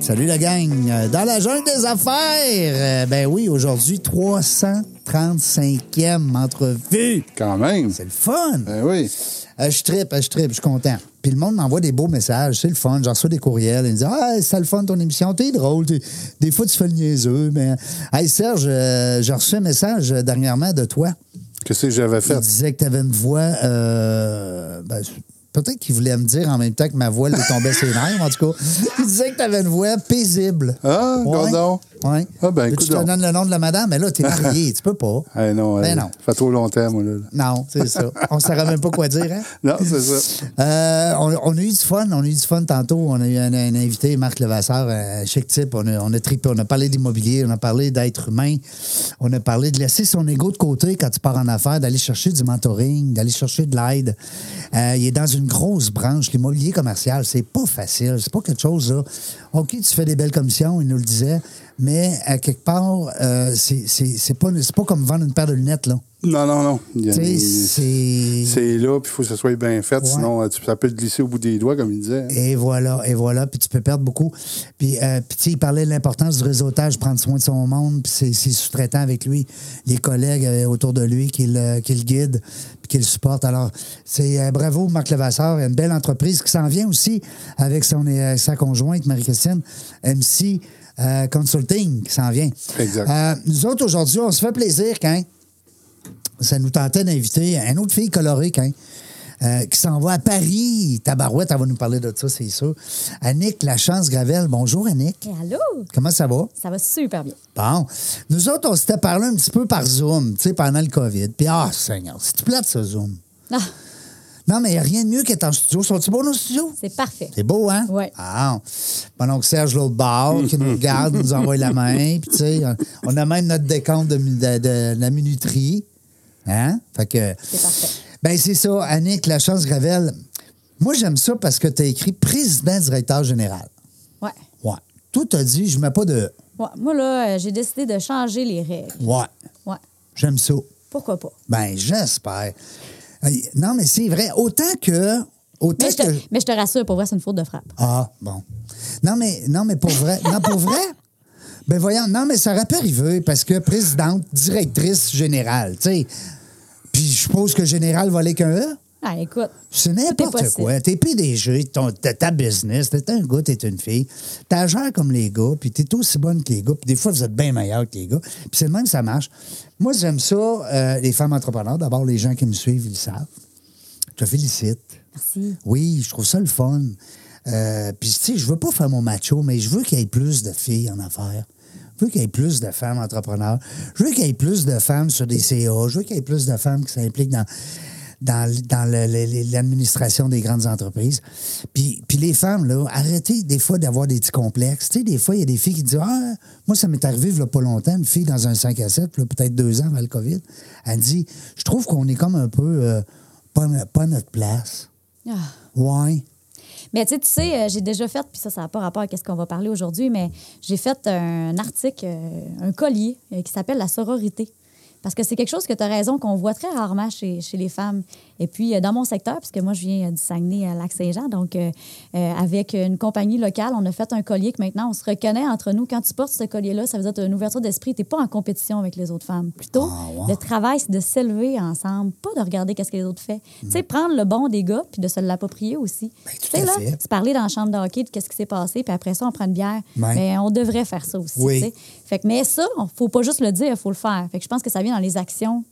Salut la gang. Euh, Dans la jungle des affaires, euh, ben oui, aujourd'hui, 335e entrevue. Quand même. C'est le fun. Ben oui. Euh, je tripe, euh, je tripe, je suis content. Puis le monde m'envoie des beaux messages, c'est le fun. J'en reçois des courriels. Ils me disent Ah, c'est le fun ton émission, t'es drôle. t'es- Des fois, tu fais le niaiseux. Mais. Hey Serge, euh, j'ai reçu un message euh, dernièrement de toi. Qu'est-ce que j'avais Il fait? disait que tu avais une voix. euh, ben, Peut-être qu'il voulait me dire en même temps que ma voix lui tombait ses nerfs, en tout cas. Il disait que tu avais une voix paisible. Ah, gardon. Oui. Ah, ben, Tu te coudonc. donnes le nom de la madame, mais là, t'es marié, tu peux pas. Eh non, Ben eh, non. ça fait trop longtemps, moi, là. Non, c'est ça. On ne saurait même pas quoi dire, hein? Non, c'est ça. Euh, on, on a eu du fun, on a eu du fun tantôt. On a eu un, un invité, Marc Levasseur, un chic type. On a, on a trippé, on a parlé d'immobilier, on a parlé d'être humain, on a parlé de laisser son ego de côté quand tu pars en affaires, d'aller chercher du mentoring, d'aller chercher de l'aide. Euh, il est dans une grosse branche, l'immobilier commercial, c'est pas facile, c'est pas quelque chose là. OK, tu fais des belles commissions, il nous le disait, mais à quelque part, euh, c'est- c'est c'est pas, c'est pas comme vendre une paire de lunettes, là. Non, non, non. Il y a- Tu sais, Ben, C'est c'est. là, puis il faut que ça soit bien fait, Ouais. sinon euh, tu- ça peut te glisser au bout des doigts, comme il disait. hein. Et voilà, et voilà. Puis tu peux perdre beaucoup. Puis, euh, puis tu sais, il parlait de l'importance du réseautage, prendre soin de son monde, puis ses, ses sous-traitants avec lui, les collègues euh, autour de lui qui le, qui le guident, puis qui le supportent. Alors, c'est euh, bravo, Marc Levasseur. Il y a une belle entreprise qui s'en vient aussi avec son, euh, sa conjointe, Marie-Christine, MC euh, Consulting, qui s'en vient. Exact. Euh, nous autres, aujourd'hui, on se fait plaisir quand ça nous tentait d'inviter une autre fille colorée, hein, euh, qui s'en va à Paris. Tabarouette, elle va nous parler de ça, c'est sûr. Annick Lachance Gravel. Bonjour, Annick. Hey, allô? Comment ça va? Ça va super bien. Bon. Nous autres, on s'était parlé un petit peu par Zoom, tu sais, pendant le COVID. Puis, ah, Seigneur, c'est-tu plate, ce Zoom? Ah, Non, mais il n'y a rien de mieux qu'être en studio. Sont-ils bons, nos studios? c'est parfait. C'est beau, hein? Ouais. Ah. Mon oncle Serge, l'autre bord, qui nous regarde, nous envoie la main. Puis, tu sais, on a même notre décompte de, mi- de- de la minuterie. Hein? Fait que. C'est parfait. Ben, c'est ça, Annick Lachance Gravel. Moi, j'aime ça parce que tu as écrit président-directeur général. Ouais. Ouais. Tout a dit, je mets pas de. Ouais, Moi, là, euh, j'ai décidé de changer les règles. Ouais. Ouais. J'aime ça. Pourquoi pas? Ben, j'espère. Euh, Non, mais c'est vrai. Autant que. Autant Mais je, te, que. mais je te rassure, pour vrai, c'est une faute de frappe. Ah, bon. Non, mais, non, mais pour vrai. Non, pour vrai? Ben voyons, non, mais ça aurait pu arriver parce que présidente, directrice générale, tu sais. Puis je suppose que général va aller qu'un E. Ah, écoute. C'est tout est n'importe possible. quoi. T'es PDG, ton- t'as ta business, t'es un gars, t'es une fille. T'as gères comme les gars, puis t'es aussi bonne que les gars, puis des fois, vous êtes bien meilleur que les gars. Puis c'est le même, que ça marche. Moi, j'aime ça, euh, les femmes entrepreneurs. D'abord, les gens qui me suivent, ils le savent. Je te félicite. Merci. Oui, je trouve ça le fun. Euh, puis, tu sais, je veux pas faire mon macho, mais je veux qu'il y ait plus de filles en affaires. Je veux qu'il y ait plus de femmes entrepreneurs. Je veux qu'il y ait plus de femmes sur des CA. Je veux qu'il y ait plus de femmes qui s'impliquent dans, dans, l- dans le- le- le- l'administration des grandes entreprises. Puis, puis les femmes, là, arrêtez des fois d'avoir des petits complexes. Tu sais, des fois, il y a des filles qui disent Ah, moi, ça m'est arrivé, il pas longtemps, une fille dans un 5 à 7, là, peut-être deux ans avant le COVID. Elle dit Je trouve qu'on est comme un peu euh, pas, pas à notre place. Ah. Ouais. Mais tu sais, tu sais, euh, j'ai déjà fait, puis ça, ça n'a pas rapport à ce qu'on va parler aujourd'hui, mais j'ai fait un article, euh, un collier euh, qui s'appelle la sororité. Parce que c'est quelque chose que tu as raison, qu'on voit très rarement chez, chez les femmes. Et puis, euh, dans mon secteur, puisque moi, je viens euh, du Saguenay à Lac-Saint-Jean, donc euh, euh, avec une compagnie locale, on a fait un collier que maintenant, on se reconnaît entre nous. Quand tu portes ce collier-là, ça veut dire que tu as une ouverture d'esprit, tu n'es pas en compétition avec les autres femmes. Plutôt, Ah, ouais. le travail, c'est de s'élever ensemble, pas de regarder qu'est-ce que les autres font. Tu sais, prendre le bon des gars, puis de se l'approprier aussi. Ben, tout Tu sais, à là, fait. se parler dans la chambre de hockey de qu'est-ce qui s'est passé, puis après ça, on prend une bière. Ouais. Mais on devrait faire ça aussi. Oui. tu sais. Fait que, mais ça, il faut pas juste le dire, il faut le faire. Fait que je pense que ça vient dans les actions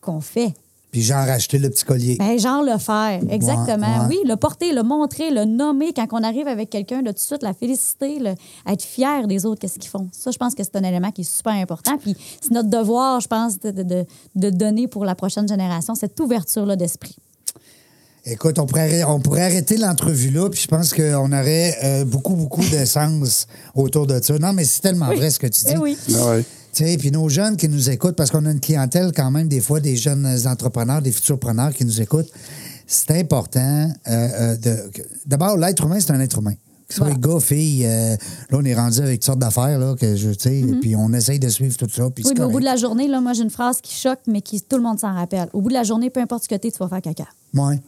qu'on fait. Puis j'ai en racheté le petit collier. Ben, genre le faire, exactement. ouais. Oui, le porter, le montrer, le nommer. Quand on arrive avec quelqu'un, de tout de suite, la féliciter, le- être fier des autres, qu'est-ce qu'ils font. Ça, je pense que c'est un élément qui est super important. Puis c'est notre devoir, je pense, de, de- de- de donner pour la prochaine génération cette ouverture-là d'esprit. Écoute, on pourrait, arrê- on pourrait arrêter l'entrevue là, puis je pense qu'on aurait euh, beaucoup, beaucoup d'essence autour de ça. Non, mais c'est tellement vrai ce que tu dis. Eh oui. Ah ouais. Tu sais, puis nos jeunes qui nous écoutent, parce qu'on a une clientèle quand même des fois des jeunes entrepreneurs, des futurs preneurs qui nous écoutent, c'est important euh, euh, de. que- D'abord, l'être humain, c'est un être humain. Que ce soit Voilà. gars, fille, euh, là, on est rendu avec toutes sortes d'affaires, là, que je, tu sais, puis on essaye de suivre tout ça. Puis Mm-hmm. Oui, c'est mais au correct. bout de la journée, là, moi, j'ai une phrase qui choque, mais qui tout le monde s'en rappelle. Au bout de la journée, peu importe ce que t'es, tu vas faire caca. Ouais.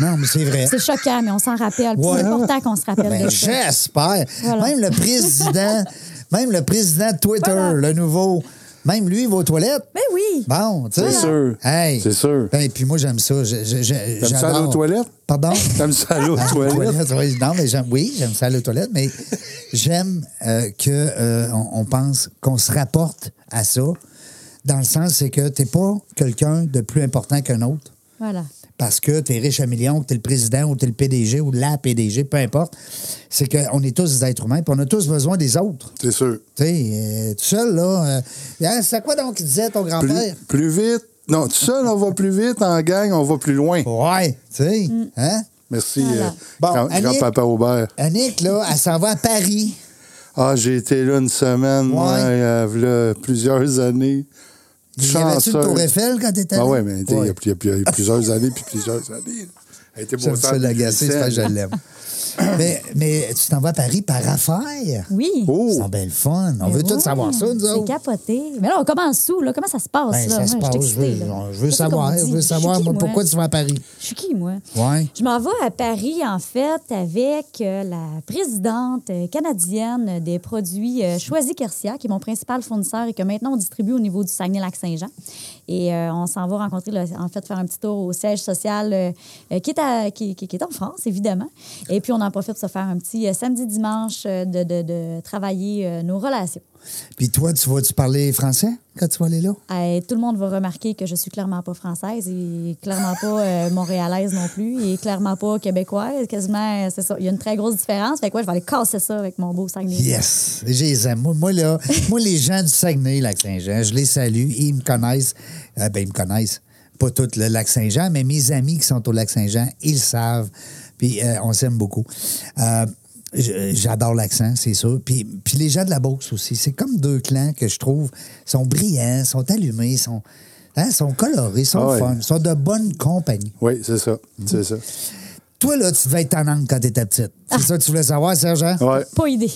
Non, mais c'est vrai. C'est choquant, mais on s'en rappelle. Puis Ouais. C'est important qu'on se rappelle Ben, de ça. j'espère. Voilà. Même le président, même le président de Twitter, Voilà. le nouveau, même lui, il va aux toilettes. Mais oui! Bon, tu sais. C'est sûr. Hey. C'est sûr. Ben, puis moi, j'aime ça. Je- je- je- T'aimes ça j'adore. aller aux toilettes? Pardon? T'aimes ça aller aux Ah, aux toilettes? toilettes, oui. Non, mais j'aime, oui, j'aime ça aller aux toilettes, mais j'aime euh, que euh, on, on pense qu'on se rapporte à ça. Dans le sens, c'est que t'es pas quelqu'un de plus important qu'un autre Voilà. parce que tu es riche à millions, que tu es le président ou tu es le PDG ou la PDG, peu importe. C'est qu'on est tous des êtres humains, puis on a tous besoin des autres. C'est sûr. Tu sais, euh, tout seul, là. euh, Hein, c'est à quoi donc qu'il disait ton Plus, grand-père? plus vite. Non, tout seul, on va plus vite. En gang, on va plus loin. Ouais, tu sais. Mm. Hein? Merci, Voilà. euh, Bon, grand- Annick. grand-papa Aubert. Annick, là, elle s'en va à Paris. Ah, j'ai été là une semaine, moi, Ouais. euh, v'là plusieurs années. Y avait-tu le Chanceuse. Tour Eiffel quand t'étais Ah là? ouais, mais tu sais, il y a Ouais. plus- il y, a plus- il y a plusieurs années, puis plusieurs années. Elle était J'aime ça l'agacer, c'est parce que je l'aime. mais, mais tu t'en vas à Paris par affaire. Oui. C'est Oh! un bel fun. On veut tout tous savoir ça, nous C'est autres. capoté. Mais là, on commence où? Là? Comment ça se passe? Ben, là? ça Moi, se je suis passe. Je excitée, veux, là. je veux C'est ça qu'on savoir, me je dit. veux suis savoir qui, moi, moi? hein? pourquoi tu vas à Paris. Je suis qui, moi? Ouais. Je m'en vais à Paris, en fait, avec euh, la présidente euh, canadienne des produits euh, Choisy Kersia, qui est mon principal fournisseur et que maintenant on distribue au niveau du Saguenay-Lac-Saint-Jean. Et euh, on s'en va rencontrer, là, en fait, faire un petit tour au siège social euh, euh, qui, est à- qui- qui- qui est en France, évidemment. Et puis on en profite pour se faire un petit euh, samedi-dimanche euh, de, de- de travailler euh, nos relations. Puis toi, tu vas-tu parler français quand tu vas aller là? Euh, tout le monde va remarquer que je suis clairement pas française et clairement pas euh, montréalaise non plus et clairement pas québécoise. Quasiment, euh, c'est ça. Il y a une très grosse différence. Fait que ouais, je vais aller casser ça avec mon beau Saguenay. Yes! Je les aime. Moi, moi, là, moi, les gens du Saguenay, Lac-Saint-Jean, je les salue. Ils me connaissent. Euh, ben, ils me connaissent. Pas tout le Lac-Saint-Jean, mais mes amis qui sont au Lac-Saint-Jean, ils le savent. Puis, euh, on s'aime beaucoup. Euh, je- J'adore l'accent, c'est sûr. Puis, puis les gens de la Beauce aussi. C'est comme deux clans que je trouve sont brillants, sont allumés, sont, hein, sont colorés, sont Ah ouais. fun, sont de bonne compagnie. Oui, c'est ça. C'est ça. Toi, là, tu devais être en Inde quand t'étais petite. C'est Ah. ça que tu voulais savoir, Sergent? Ouais. Pas idée.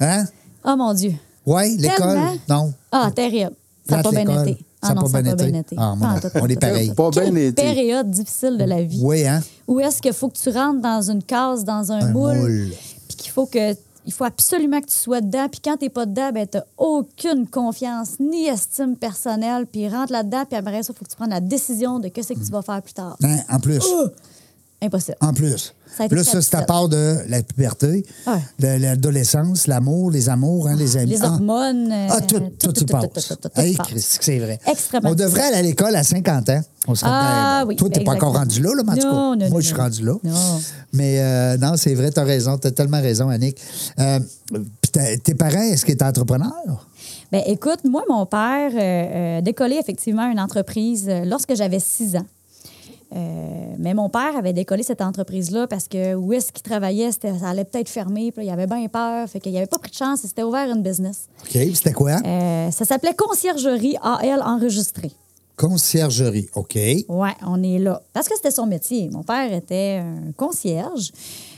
Hein? Oh mon Dieu. Oui, l'école? Tellement. Non. Ah, terrible. Ça n'a pas Plate bien l'école. été. Ça a Ah non, pas ça n'a bien pas été. bien été. Ah, moi, Pas en tout. on est pareil. Pas bien Quelle été. période difficile de la vie. Oui, hein? Où est-ce qu'il faut que tu rentres dans une case, dans un, Un moule, moule. puis qu'il faut que il faut absolument que tu sois dedans, puis quand t'es pas dedans, ben t'as aucune confiance ni estime personnelle, puis rentre là-dedans, puis après ça, il faut que tu prennes la décision de que c'est que tu vas faire plus tard. Hein, En plus. Oh! Impossible. En plus. Ça a été Là, ça, c'est à capital. part de la puberté, Ouais. de l'adolescence, l'amour, les amours, hein, les amis. Les Ah. hormones. euh, Ah, tout, tout, y passe. tout, tout, tout Hey, y passe. Christ, c'est vrai. Extrêmement On devrait aller à l'école à 50 ans. hein. On serait Ah, bien- oui, Toi, t'es pas exactement. encore rendu là, là, mais en tout cas, Non, non, Moi, non, je suis non. rendu là. Non. Mais euh, non, c'est vrai, t'as raison. T'as tellement raison, Annick. Euh, puis t'as- tes parents, est-ce qu'ils étaient entrepreneurs? Ben, écoute, moi, mon père euh, euh, décollait effectivement une entreprise euh, lorsque j'avais 6 ans. Euh, mais mon père avait décollé cette entreprise-là parce que où est-ce qu'il travaillait, c'était- ça allait peut-être fermer. Puis là, il avait bien peur. Fait qu'il avait pas pris de chance. Il s'était ouvert une business. OK. C'était quoi? Euh, ça s'appelait Conciergerie AL enregistrée. Conciergerie. OK. Ouais, on est là. Parce que c'était son métier. Mon père était un concierge.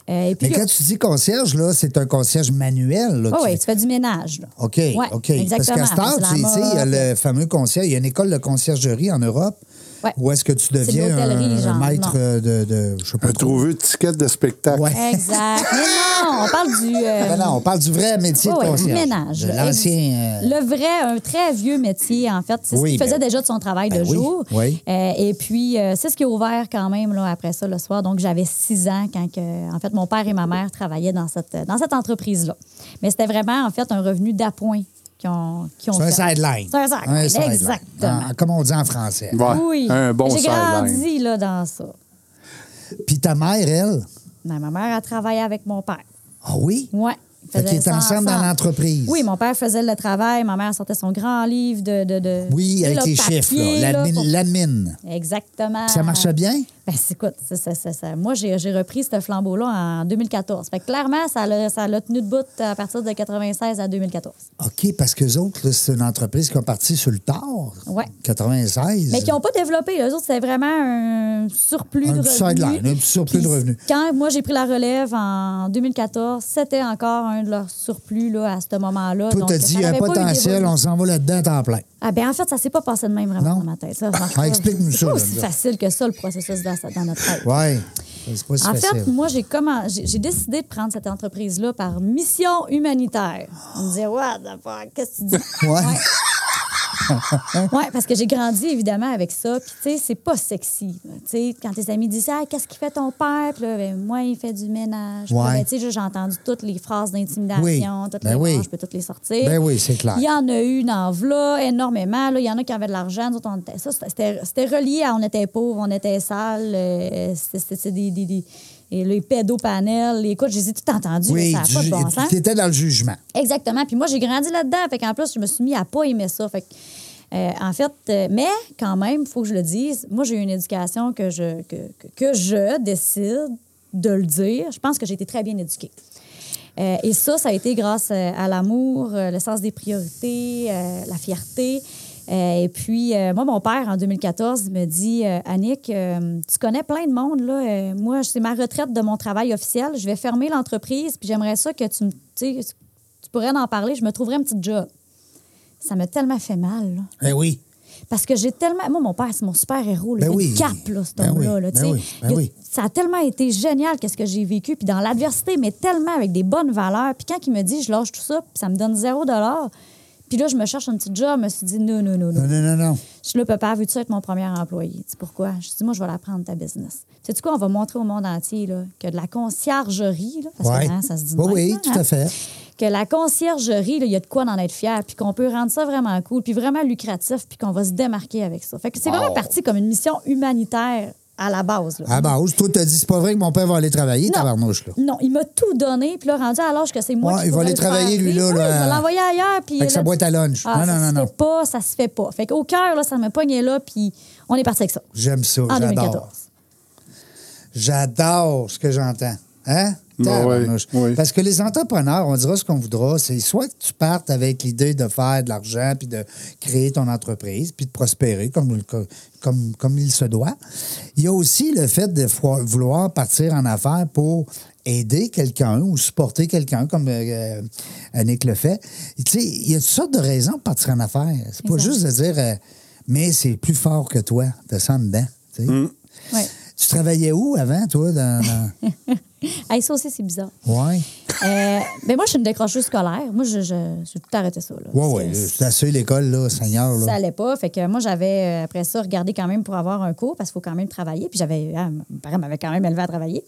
Euh, et puis, Mais quand tu dis concierge, là, c'est un concierge manuel. Là, Ah qui- ouais, tu fais du ménage. là. OK, Ouais, OK. Parce Exactement. qu'à ce temps, tu C'est la sais, il y a mode. le fameux concierge, il y a une école de conciergerie en Europe. Ouais. Où est-ce que tu de deviens l'hôtellerie, un, genre, maître non. euh, de, de- Je sais pas Un trop. trouveux de tickets de spectacle. Ah Ouais. Exact. Mais non, on parle du. euh, Ben non, on parle du vrai métier Ouais, de ouais, du concierge. ménage. De là. L'ancien. euh, Ex- Le vrai, un très vieux métier, en fait. C'est Oui, ce qu'il faisait ben- déjà de son travail ben de oui, jour. oui. Euh, et puis, euh, c'est ce qui a ouvert quand même là, après ça le soir. Donc, j'avais six ans quand, que- en fait, mon père et ma mère travaillaient dans cette, dans cette entreprise-là. Mais c'était vraiment, en fait, un revenu d'appoint qui ont, qui ont C'est un fait. sideline. C'est un sideline, sideline. Ah. exactement. En- comme on dit en français. Ouais, oui. Un bon J'ai sideline. grandi là, dans ça. Puis ta mère, elle, Non, ma mère a travaillé avec mon père. ah oui? Oui. Fait qu'ils étaient ensemble dans l'entreprise. Oui, mon père faisait le travail, ma mère sortait son grand livre de. de, de Oui, tu sais, avec le les papier, chiffres, là, Mm. là, l'admin. pour- l'admin. Exactement. Ça marchait bien? Ben, c'est- écoute, ça, ça, ça, ça- moi, j'ai j'ai repris ce flambeau-là en 2014. Fait que clairement, ça l'a ça l'a tenu debout à partir de 96 à 2014. OK, parce qu'eux autres, là, c'est une entreprise qui est partie sur le tard. Ouais. 96. Mais qui n'ont pas développé. Eux autres, c'est vraiment un surplus Un de petit revenus. sideline, un petit surplus Puis, de revenus. Quand moi, j'ai pris la relève en 2014, c'était encore un de leurs surplus là, à ce moment-là. Toi, Donc, t'as ça dit, il y a un n'avait pas eu potentiel, d'évolution. on s'en va là-dedans à temps plein. Ah, ben, en fait, ça ne s'est pas passé de même vraiment Non. dans ma tête. Ça, marche Ah, pas. explique-nous ça, C'est pas là, aussi là. facile que ça, le processus dans, dans notre tête. Oui. C'est pas si En facile. fait, moi, j'ai comment j'ai j'ai décidé de prendre cette entreprise-là par mission humanitaire. On me disait, what the fuck, qu'est-ce que tu dis? Ouais. Hein? Oui, parce que j'ai grandi évidemment avec ça. Puis, tu sais, c'est pas sexy. Tu sais, quand tes amis disent Ah, qu'est-ce qu'il fait ton père? Puis là, ben, moi, il fait du ménage. Puis là, Ouais. ben, tu sais, j'ai entendu toutes les phrases d'intimidation, Oui. toutes Ben les oui. phrases, je peux toutes les sortir. Ben oui, c'est clair. Il y en a eu dans là énormément. Là. Il y en a qui avaient de l'argent. D'autres, on était. Ça, c'était- c'était c'était relié à on était pauvres, on était sales. euh, c'était- C'était des. des, des- et les pédopanels, écoute, je les ai tout entendus, oui, ça n'a pas de tu bon sens. étais dans le jugement. Exactement. Puis moi, j'ai grandi là-dedans. Fait qu'en plus, je me suis mis à pas aimer ça. Fait que, euh, en fait, euh, mais quand même, il faut que je le dise, moi, j'ai eu une éducation que je, que, que, que je décide de le dire. Je pense que j'ai été très bien éduquée. Euh, et ça, ça a été grâce euh, à l'amour, euh, le sens des priorités, euh, la fierté. Euh, et puis, euh, moi, mon père, en 2014, il me dit euh, Annick, euh, tu connais plein de monde, là. Euh, moi, c'est ma retraite de mon travail officiel. Je vais fermer l'entreprise, puis j'aimerais ça que tu me. tu sais, tu pourrais en parler, je me trouverais un petit job. Ça m'a tellement fait mal. là. Ben oui. Parce que j'ai tellement. Moi, mon père, c'est mon super-héros. là. Ben Il a oui. une cape, là, cet Ben homme-là. oui. là, Ben tu sais. oui. Ben Il a- oui. Ça a tellement été génial, qu'est-ce que j'ai vécu. Puis dans l'adversité, mais tellement avec des bonnes valeurs. Puis quand il me dit, je lâche tout ça, puis ça me donne zéro dollar. Puis là, je me cherche un petit job. Je me suis dit, non, non, non, non. Non, non, non, non. Je suis là, papa, veux-tu être mon premier employé? C'est pourquoi? Je dis, moi, je vais la prendre, ta business. Tu sais quoi, on va montrer au monde entier là, que de la conciergerie, là, parce Ouais. que hein, ça se dit de Oui, même, oui, hein, tout à hein, fait. Que la conciergerie, là, il y a de quoi d'en être fier, puis qu'on peut rendre ça vraiment cool, puis vraiment lucratif, puis qu'on va se démarquer avec ça. Fait que c'est vraiment parti comme une mission humanitaire à la base. là. À base, toi, t'as dit, c'est pas vrai que mon père va aller travailler, tabarnouche, là. Non, il m'a tout donné, puis là, rendu à l'âge que c'est moi Ouais, qui il va pourrais aller le travailler, faire lui, là, vivre. là, Oui, il va à- l'envoyer ailleurs, puis... Avec sa là, boîte à lunch. Ah, Non, ça non, non, se non. fait pas, ça se fait pas. Fait qu'au cœur, là, ça me pognait là, puis on est parti avec ça. J'aime ça, En j'adore. 2014. J'adore ce que j'entends. Hein? Ouais, Tabarnouche. ouais. Parce que les entrepreneurs, on dira ce qu'on voudra, c'est soit que tu partes avec l'idée de faire de l'argent puis de créer ton entreprise puis de prospérer comme, comme, comme il se doit. Il y a aussi le fait de fo- vouloir partir en affaires pour aider quelqu'un ou supporter quelqu'un, comme euh, Annick le fait. Et Tu sais, il y a toutes sortes de raisons de partir en affaires. C'est pas Exact. juste de dire, euh, mais c'est plus fort que toi, de ça dedans. tu sais. Ouais. Tu travaillais où avant, toi? Dans, dans- Hey, ça aussi, c'est bizarre. Ouais. Euh, ben moi, je suis une décrocheuse scolaire. Moi, je, je, j'ai tout arrêté ça. Là, Ouais, Parce ouais. que C'est assez l'école, là, Seigneur. Ça Là. allait pas. Fait que moi, j'avais, euh, après ça, regardé quand même pour avoir un cours parce qu'il faut quand même travailler. Puis j'avais. ah, mon parent m'avait quand même élevé à travailler.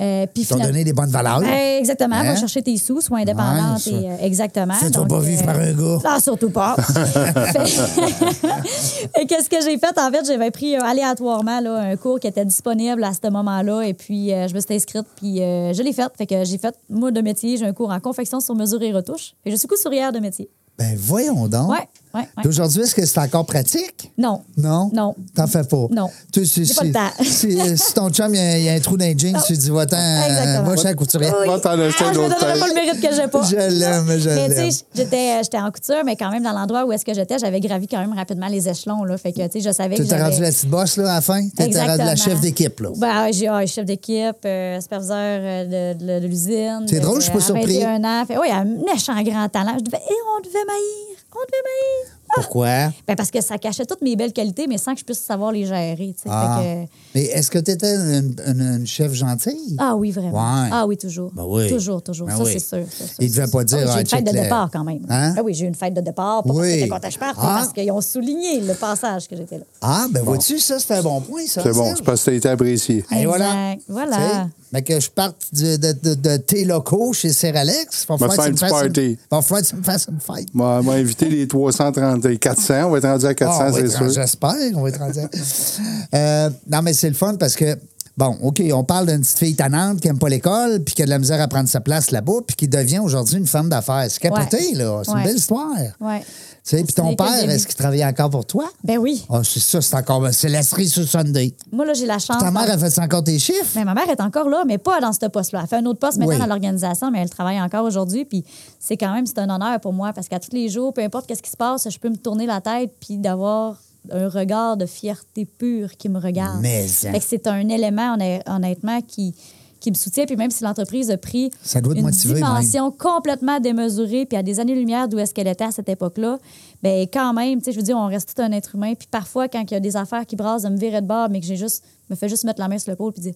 Euh, puis Ils t'ont finalement- donné des bonnes valeurs. Eh, exactement. Hein? Va chercher tes sous, sois indépendante. Ouais, ça- et, euh, exactement. euh, Fais-toi pas vivre par un gars. Non, surtout pas. Fait- et qu'est-ce que j'ai fait? En fait, j'avais pris euh, aléatoirement là, un cours qui était disponible à ce moment-là. Et puis, euh, je me suis inscrite. Puis, euh, je l'ai fait. Fait que j'ai fait, moi, de métier, j'ai un cours en confection sur mesure et retouche. Et je suis couturière de métier. Ben, voyons donc. Ouais, ouais, ouais. Puis aujourd'hui, est-ce que c'est encore pratique? Non. Non? Non. T'en fais pas? Non. Tu, si, J'ai pas le si- temps. si, euh, si ton chum, il y, a- il y a un trou dans les jeans, Non. tu dis, va-t'en, euh, Exactement. va chez la couturière. Oui. Va t'en acheter Ah, un je me autre donnerais tête. pas le mérite que j'ai pas. Je l'aime, je Mais l'aime. tu sais, j'étais j'étais en couture, mais quand même dans l'endroit où est-ce que j'étais, j'avais gravi quand même rapidement les échelons. Là. Fait que, tu sais, je savais Tu que t'es Ben, j'avais- rendu la petite bosse, là, à la fin? Tu t'es Exactement. rendu la chef d'équipe, là. Ben, ouais, j'ai ah, chef d'équipe, euh, superviseur euh, de, de- de l'usine. C'est de- drôle, je suis pas à surpris. 21 ans. Fait, oui, un méchant grand talent. Je devais, eh, on devait maïr, on devait maïr. Pourquoi? Ben, parce que ça cachait toutes mes belles qualités, mais sans que je puisse savoir les gérer. tu sais. Fait Ah. que- Mais est-ce que tu étais une, une- une chef gentille? Ah oui, vraiment. Ouais. Ah oui, toujours. Ben oui. Toujours, toujours. Ben ça, oui. c'est sûr. ça, ça, Il ça, devait ça. pas dire, Ah oui, ah, J'ai une fête de check-le. départ quand même. Hein? Ah oui, j'ai eu une fête de départ. Pas Oui. parce que j'étais contente, je pars, pas Ah. parce qu'ils ont souligné le passage que j'étais là. Ah, ben vois-tu, ça, c'est un bon point, ça. C'est bon, Serge. c'est parce que t'as été apprécié. Et Exact. voilà. Voilà. Tu Mais que je parte de, de, de- de tes locaux chez Seralex. Va Va te falloir que tu me faire fasses du une- party. va falloir que tu me fasses une fête. M'a m'a invité les 330 et 400. On va être rendu à 400, Ah, on va c'est être- sûr. J'espère qu'on va être rendu à- Euh, non, mais c'est le fun parce que, bon, OK, on parle d'une petite fille tannante qui n'aime pas l'école, puis qui a de la misère à prendre sa place là-bas, puis qui devient aujourd'hui une femme d'affaires. C'est capoté, Ouais. là. C'est une Ouais. belle histoire. Tu Ouais. sais, puis ton C'est que le père, début. est-ce qu'il travaille encore pour toi? Ben oui. Ah, c'est ça, c'est encore. C'est la cerise sur Sunday. Moi, là, j'ai la chance. Ta mère, elle fait encore tes chiffres? Ben, ma mère est encore là, mais pas dans ce poste-là. Elle fait un autre poste maintenant Oui. dans l'organisation, mais elle travaille encore aujourd'hui. Puis c'est quand même c'est un honneur pour moi parce qu'à tous les jours, peu importe qu'est-ce qui se passe, je peux me tourner la tête puis d'avoir un regard de fierté pure qui me regarde. Mais, hein. Fait que c'est un élément honnê- honnêtement qui qui me soutient puis même si l'entreprise a pris Ça doit te une motiver, même. dimension complètement démesurée puis à des années-lumière d'où est-ce qu'elle était à cette époque-là, ben quand même, tu sais, je veux dire, on reste tout un être humain puis parfois quand il y a des affaires qui brassent, de me virer de bord mais que j'ai juste me fait juste mettre la main sur le pôle puis dire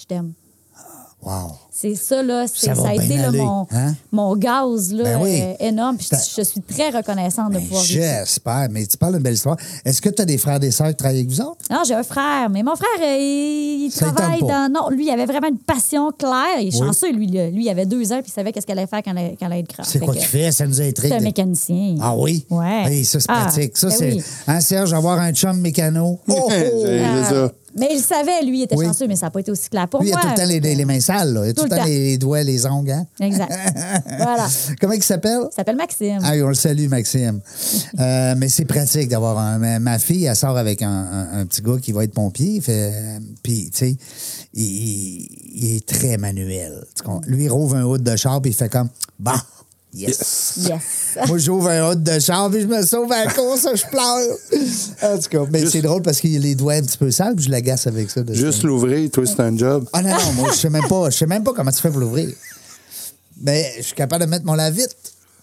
je t'aime. Wow. C'est ça, là. c'est- Ça Ça, va a bien été là, aller, mon, hein? mon gaz là, Ben oui. euh, énorme. Puis Ça- je, je suis très reconnaissante de Ben, pouvoir vivre ça. J'espère, mais tu parles d'une belle histoire. Est-ce que tu as des frères et des sœurs qui travaillent avec vous autres? Non, j'ai un frère, mais mon frère, euh, il, il Ça, il travaille t'aime pas. dans. Non, lui, il avait vraiment une passion claire. Il est Oui. chanceux, lui. là. Lui, il avait deux ans, puis il savait qu'est-ce qu'elle allait faire quand elle, quand elle allait être grande. C'est Fait quoi Ah, que qu'il fait? Ça nous intrigue. C'est un de- mécanicien. Ah oui? Ouais. Hey, ça, c'est Ah, pratique. Ça, ben c'est. oui. Hein, Serge, avoir un chum mécano. Oh, oh! C'est Ah, ça. Mais il savait, lui, il était Oui. chanceux, mais ça n'a pas été aussi clair pour Lui, il a moi. tout le temps les, les mains sales, là. Il a tout, le temps les, les doigts, les ongles, hein? Exact. voilà. Il Comment il s'appelle? s'appelle Maxime. Ah, on le salue, Maxime. Euh, mais c'est pratique d'avoir un. ma- Ma fille, elle sort avec un, un- un petit gars qui va être pompier. fait, euh, Puis, tu sais, il, il- il est très manuel. Tu comprends? Lui, il rouvre un hood de char, puis il fait comme Bon, yes. Yes. Moi, j'ouvre un hot de char, puis je me sauve à la course, je pleure. En tout cas, mais c'est drôle parce qu'il a les doigts un petit peu sales, puis je l'agace avec ça. de- Juste l'ouvrir, toi, c'est un job. Ah non, non, moi, je sais même pas, je sais même pas comment tu fais pour l'ouvrir. Mais je suis capable de mettre mon lavite.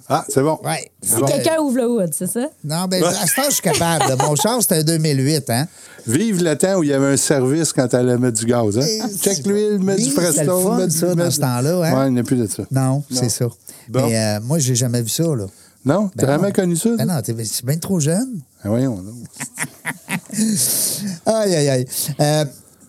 Ah, c'est bon. Ouais. C'est Si bon. quelqu'un ouvre le hood, c'est ça? Non, ben, à ce temps, je suis capable. là. Mon char, c'était un 2008, hein? Vive le temps où il y avait un service quand t'allais mettre du gaz. Hein? Et- Check l'huile, mets Oui, du c'était le fun, Prestone. mets du- ça, dans mets- ce temps-là, hein? Ouais, il n'y a plus de ça. Non, c'est ça. Bon. Mais euh, moi, j'ai jamais vu ça, là. Non? Ben T'as jamais non. connu ça? Ben toi? non, t'es ben, c'est bien trop jeune. Ah, voyons. donc. Aïe, aïe, aïe. Euh,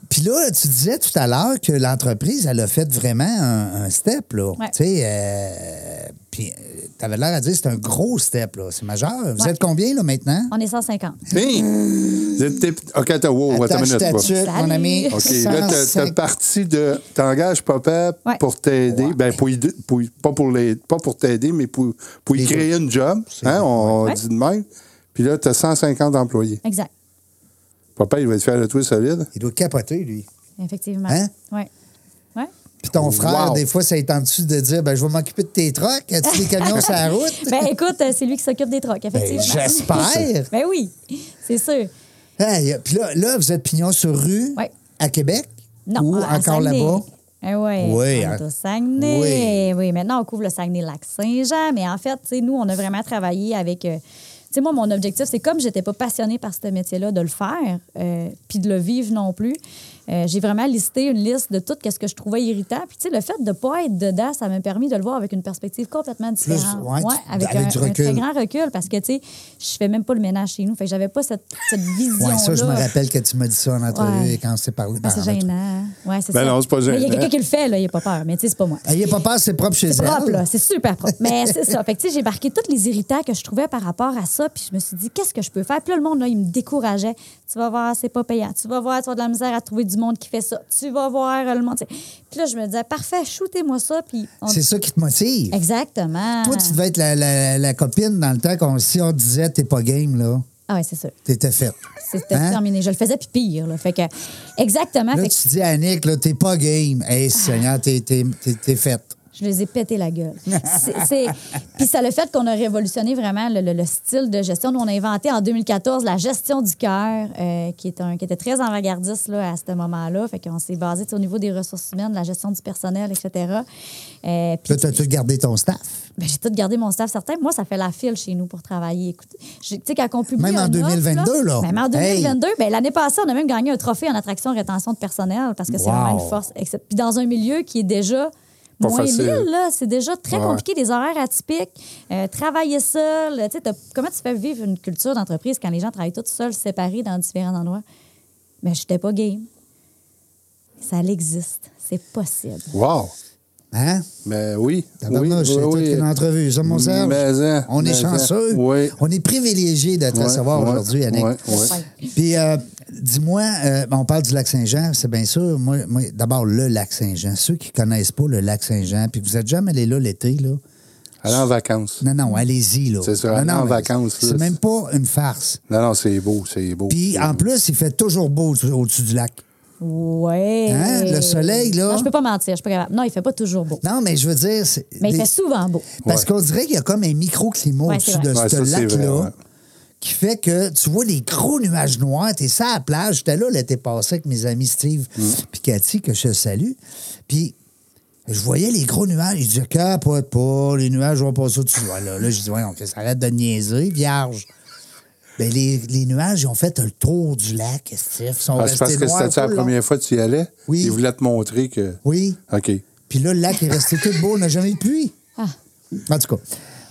Puis là, tu disais tout à l'heure que l'entreprise, elle a fait vraiment un, un step, là. Ouais. Tu sais, euh, puis tu avais l'air à dire que c'est un gros step, là. C'est majeur. Vous Ouais. êtes combien, là, maintenant? On est 150. Hey! Euh, Vous êtes des- OK, t'as... Wow, attends une minute. ta va. tuque, mon Salut. ami. OK, là, t'as, t'as 105. parti de... T'engages papa Ouais. pour t'aider. Ben, pour, y- pour y- pas, pour les, pas pour t'aider, mais pour, pour y Les créer une job. Hein, on Ouais. dit de même. Puis là, t'as 150 employés. Exact. Papa, il va te faire le toit solide. Il doit capoter, lui. Effectivement. Hein? Ouais. Ouais. Puis ton frère, Oh, Wow. des fois, ça est en dessus de dire ben, Je vais m'occuper de tes trucks. As-tu des camions sur la route? Ben écoute, euh, c'est lui qui s'occupe des trocs, Ben, effectivement. J'espère. Ben oui, c'est sûr. Hey, Puis là, là, vous êtes pignon sur rue Ouais. à Québec Non, ou à encore Saguenay. là-bas? Eh ouais, Oui, on est hein. au Saguenay. Oui. maintenant on couvre le Saguenay-Lac-Saint-Jean, mais en fait, tu sais, nous, on a vraiment travaillé avec. euh, tu sais, moi, mon objectif, c'est comme j'étais pas passionnée par ce métier-là, de le faire, euh, puis de le vivre non plus. euh, j'ai vraiment listé une liste de tout ce que je trouvais irritant. Puis, tu sais, le fait de ne pas être dedans, ça m'a permis de le voir avec une perspective complètement différente. ouais, tu- avec, avec un, du un très recul. grand recul, parce que, tu sais, je fais même pas le ménage chez nous. Fait que j'avais pas cette, cette vision-là. Oui, ça, je me rappelle que tu m'as dit ça en entrevue Ouais. et quand on s'est parlé. Ah, ben, c'est en gênant. hein? Ouais, c'est Ben ça. non, c'est pas Mais Il y gênant. a quelqu'un qui le fait, là, il a pas peur, mais tu sais, c'est pas moi. Ayez pas peur, c'est propre chez elle. C'est propre, là. C'est super propre. Mais c'est ça. Fait que, tu sais, j'ai marqué tous les irritants que je trouvais par rapport à ça. Puis je me suis dit, qu'est-ce que je peux faire? Puis là, le monde, là, il me décourageait. Tu vas voir, c'est pas payant. Tu vas voir, tu as de la misère à trouver du monde qui fait ça. Tu vas voir euh, le monde. tu sais. Puis là, je me disais, parfait, shootez-moi ça. Puis on- C'est ça qui te motive. Exactement. Toi, tu devais être la, la- la copine dans le temps qu'on si on disait t'es pas game, là, Ah ouais, c'est ça. t'étais faite. C'était Hein? terminé. Je le faisais, puis pire, là. Fait que, exactement. Là, Fait que tu dis à Nick, là, t'es pas game. Hey, Seigneur, t'es, t'es, t'es- t'es faite. Je les ai pété la gueule. C'est- c'est- Puis ça le fait qu'on a révolutionné vraiment le, le- le style de gestion. Nous, on a inventé en 2014 la gestion du cœur, euh, qui, est un- qui était très avant-gardiste là, à ce moment-là. Fait qu'on s'est basé tu sais, au niveau des ressources humaines, de la gestion du personnel, etc. Euh, puis Là, t'as tout gardé ton staff. ben, j'ai tout gardé mon staff certain. Moi, ça fait la file chez nous pour travailler. Écoute, je- tu sais, quand on publie. Même en un offre, 2022, là. Même en Hey! 2022, ben, l'année passée, on a même gagné un trophée en attraction rétention de personnel parce que c'est Wow. vraiment une force. Puis dans un milieu qui est déjà. Pas moins facile. 1000, là, c'est déjà très Ouais. compliqué, des horaires atypiques, euh, travailler seul. Tu sais, t'as- comment tu fais vivre une culture d'entreprise Ben, quand les gens travaillent tous seuls, séparés dans différents endroits? Mais j'étais pas game. Ça existe. C'est possible. Wow! Hein? Mais Ben, oui. oui, Tabarnouche, oui, c'est toute oui. une entrevue. Ça, mon Serge, Mais, hein, on est mais, hein. chanceux. Oui. On est privilégié de te Ouais, recevoir ouais, aujourd'hui, Annick. ouais, ouais. Puis, euh, dis-moi, euh, on parle du lac Saint-Jean, c'est bien sûr. Moi, moi, D'abord, le lac Saint-Jean. Ceux qui connaissent pas le lac Saint-Jean, puis que vous êtes jamais allé là l'été, là. Aller en vacances. Non, non, allez-y, là. C'est ça, Non, aller non, en mais vacances, là, C'est même pas une farce. Non, non, c'est beau, c'est beau. Puis, en plus, il fait toujours beau au- au-dessus du lac. Ouais. Hein, le soleil, là. Non, je peux pas mentir, je suis pas capable. Non, il fait pas toujours beau. Non, mais je veux dire. c'est Mais il des- fait souvent beau. Parce Ouais. qu'on dirait qu'il y a comme un microclimat Ouais, au-dessus c'est de vrai. ce Ouais, ça, c'est vrai, lac-là ouais. qui fait que tu vois des gros nuages noirs, t'es ça à la plage. J'étais là l'été passé avec mes amis Steve Mm. puis Cathy, que je salue. Puis je voyais les gros nuages. Ils disaient, capote pas, les nuages vont passer au-dessus. Ouais, Là, là, je dis, voyons, que ça arrête de niaiser, vierge. Ben, les, les nuages, ils ont fait le tour du lac, Steve. Ils sont Ah, c'est restés parce que noirs c'était la tout le long. première fois que tu y allais. Oui. Ils voulaient te montrer que. Oui. OK. Puis là, le lac est resté tout beau, on n'a jamais eu de pluie. Ah. En tout cas.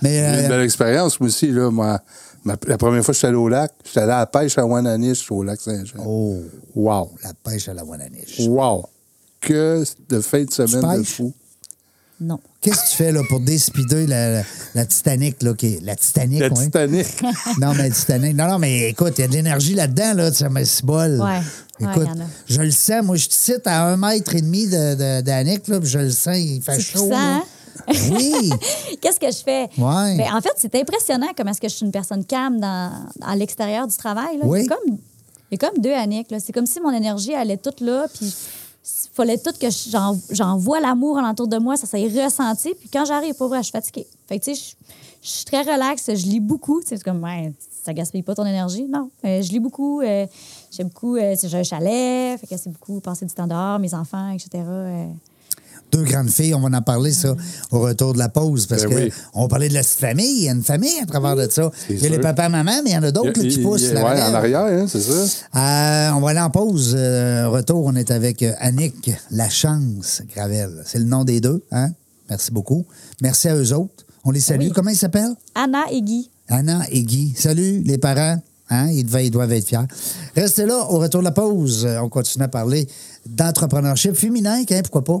Mais, J'ai eu euh, Une belle expérience, moi aussi. Là, moi, ma- la première fois que je suis allé au lac, je suis allé à la pêche à Wananiche, au lac Saint-Jean. oh, Wow! la pêche à la voile à neige. Wow! Que de fin de semaine de pêches? fou. Non. Qu'est-ce que tu fais là, pour déspider la, la, la Titanic? Là, qui est- la Titanic, La oui. Titanic. Non, mais Titanic. Non, non, mais écoute, il y a de l'énergie là-dedans, là, ça me bol. Ouais. Ouais, Écoute, y en a. je le sens. Moi, je te cite à un mètre et demi d'Annick, de, d'Annick, là, puis je le sens, il fait C'est chaud. puissant, là. Ben hein? Oui. Qu'est-ce que je fais? Ouais. Ben, en fait, c'est impressionnant comment est-ce que je suis une personne calme dans, à l'extérieur du travail. là. Oui. Il, y a comme, il y a comme deux Annick. là. C'est comme si mon énergie allait toute là, puis il fallait tout que j'en- j'envoie l'amour alentour de moi. Ça s'est ressenti. Puis quand j'arrive, pour vrai, je suis fatiguée. Fait que, tu sais, je, je suis très relaxe. Je lis beaucoup. Tu sais, C'est comme, ouais, ça gaspille pas ton énergie. Non. Euh, je lis beaucoup. euh, J'aime beaucoup. euh, j'ai un chalet. Fait que c'est beaucoup passer du temps dehors, mes enfants, etc. euh. Deux grandes filles, on va en parler, ça, au retour de la pause, parce Ben que oui. on parlait de la petite famille. Il y a une famille à travers de ça. Il y a sûr. les papas-mamans, mais il y en a d'autres là, qui poussent. Il- il- la ouais, relève. en arrière, hein, c'est ça? Euh, on va aller en pause. Euh, retour, on est avec euh, Annick Lachance Gravel. C'est le nom des deux. Hein? Merci beaucoup. Merci à eux autres. On les salue. Comment ils s'appellent? Anna et Guy. Anna et Guy. Salut les parents. Hein? Ils, devaient- ils doivent être fiers. Restez là. Au retour de la pause, euh, on continue à parler d'entrepreneurship féminin. hein, Pourquoi pas?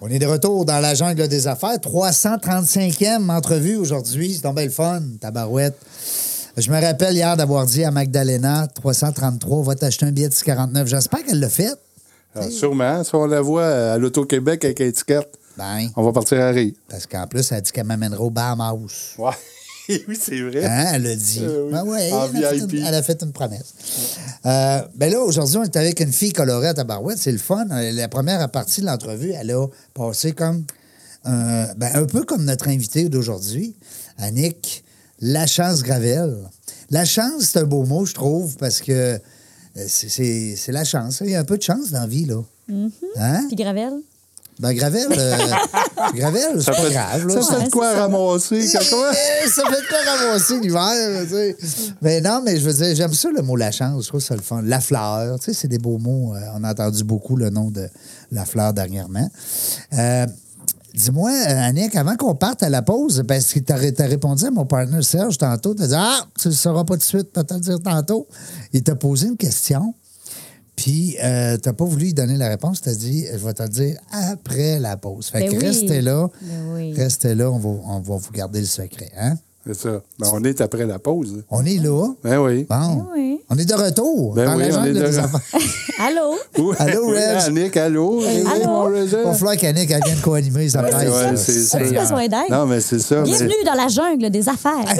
On est de retour dans la jungle des affaires. 335e entrevue aujourd'hui. C'est donc bien le fun, tabarouette. Je me rappelle hier d'avoir dit à Magdalena, 333, va t'acheter un billet de 649. J'espère qu'elle l'a fait. Ah, sûrement. Si on la voit euh, à l'Auto-Québec avec étiquette, Ben, on va partir à rire. parce qu'en plus, elle a dit qu'elle m'amènera au Bahamas. Ouais. oui, c'est vrai. Hein, elle a dit. Euh, oui. Ben ouais, En elle, a fait VIP. une, elle a fait une promesse. Euh, ben là, aujourd'hui, on est avec une fille colorée à Tabarouette. C'est le fun. Euh, La première partie de l'entrevue, elle a passé comme. euh, ben, un peu comme notre invité d'aujourd'hui, Annick Lachance Gravel. La chance, c'est un beau mot, je trouve, parce que euh, c'est- c'est c'est la chance. hein. Il y a un peu de chance dans la vie, là. Mm-hmm. Hein? Puis Gravel. Ben, Gravel, euh, Gravel, c'est Ça pas fait, grave. ça là. fait Ouais, de quoi c'est ça. ramasser? quand- ouais. Eh, ça fait pas ramasser l'hiver, tu sais. Mais non, mais je veux dire, j'aime ça le mot la chance, je trouve ça le fun. La fleur, tu sais, c'est des beaux mots. euh, on a entendu beaucoup le nom de la fleur dernièrement. Euh, Dis-moi, euh, Annick, avant qu'on parte à la pause, parce que t'as t'as répondu à mon partenaire Serge tantôt, t'as dit Ah, tu le sauras pas tout de suite, t'as le dire tantôt. Il t'a posé une question, puis euh, t'as pas voulu lui donner la réponse, t'as dit Je vais te le dire après la pause. Fait Ben que oui. restez là. Ben oui. Restez là, on va, on va vous garder le secret. Hein? C'est ça. Ben, on est après la pause. On est là. Ben oui. Bon. Eh oui. On est de retour. Ben dans oui, la on jungle est de des re- affaires. Allô? Oui. Allô, Oui, Reg. Annick, allô? Allô? Il va falloir qu'Annick elle vienne co-animer sa Ouais, ouais, thèse. c'est ça. As-tu besoin d'aide? Non, mais c'est ça. mais- Bienvenue dans la jungle des affaires. Ah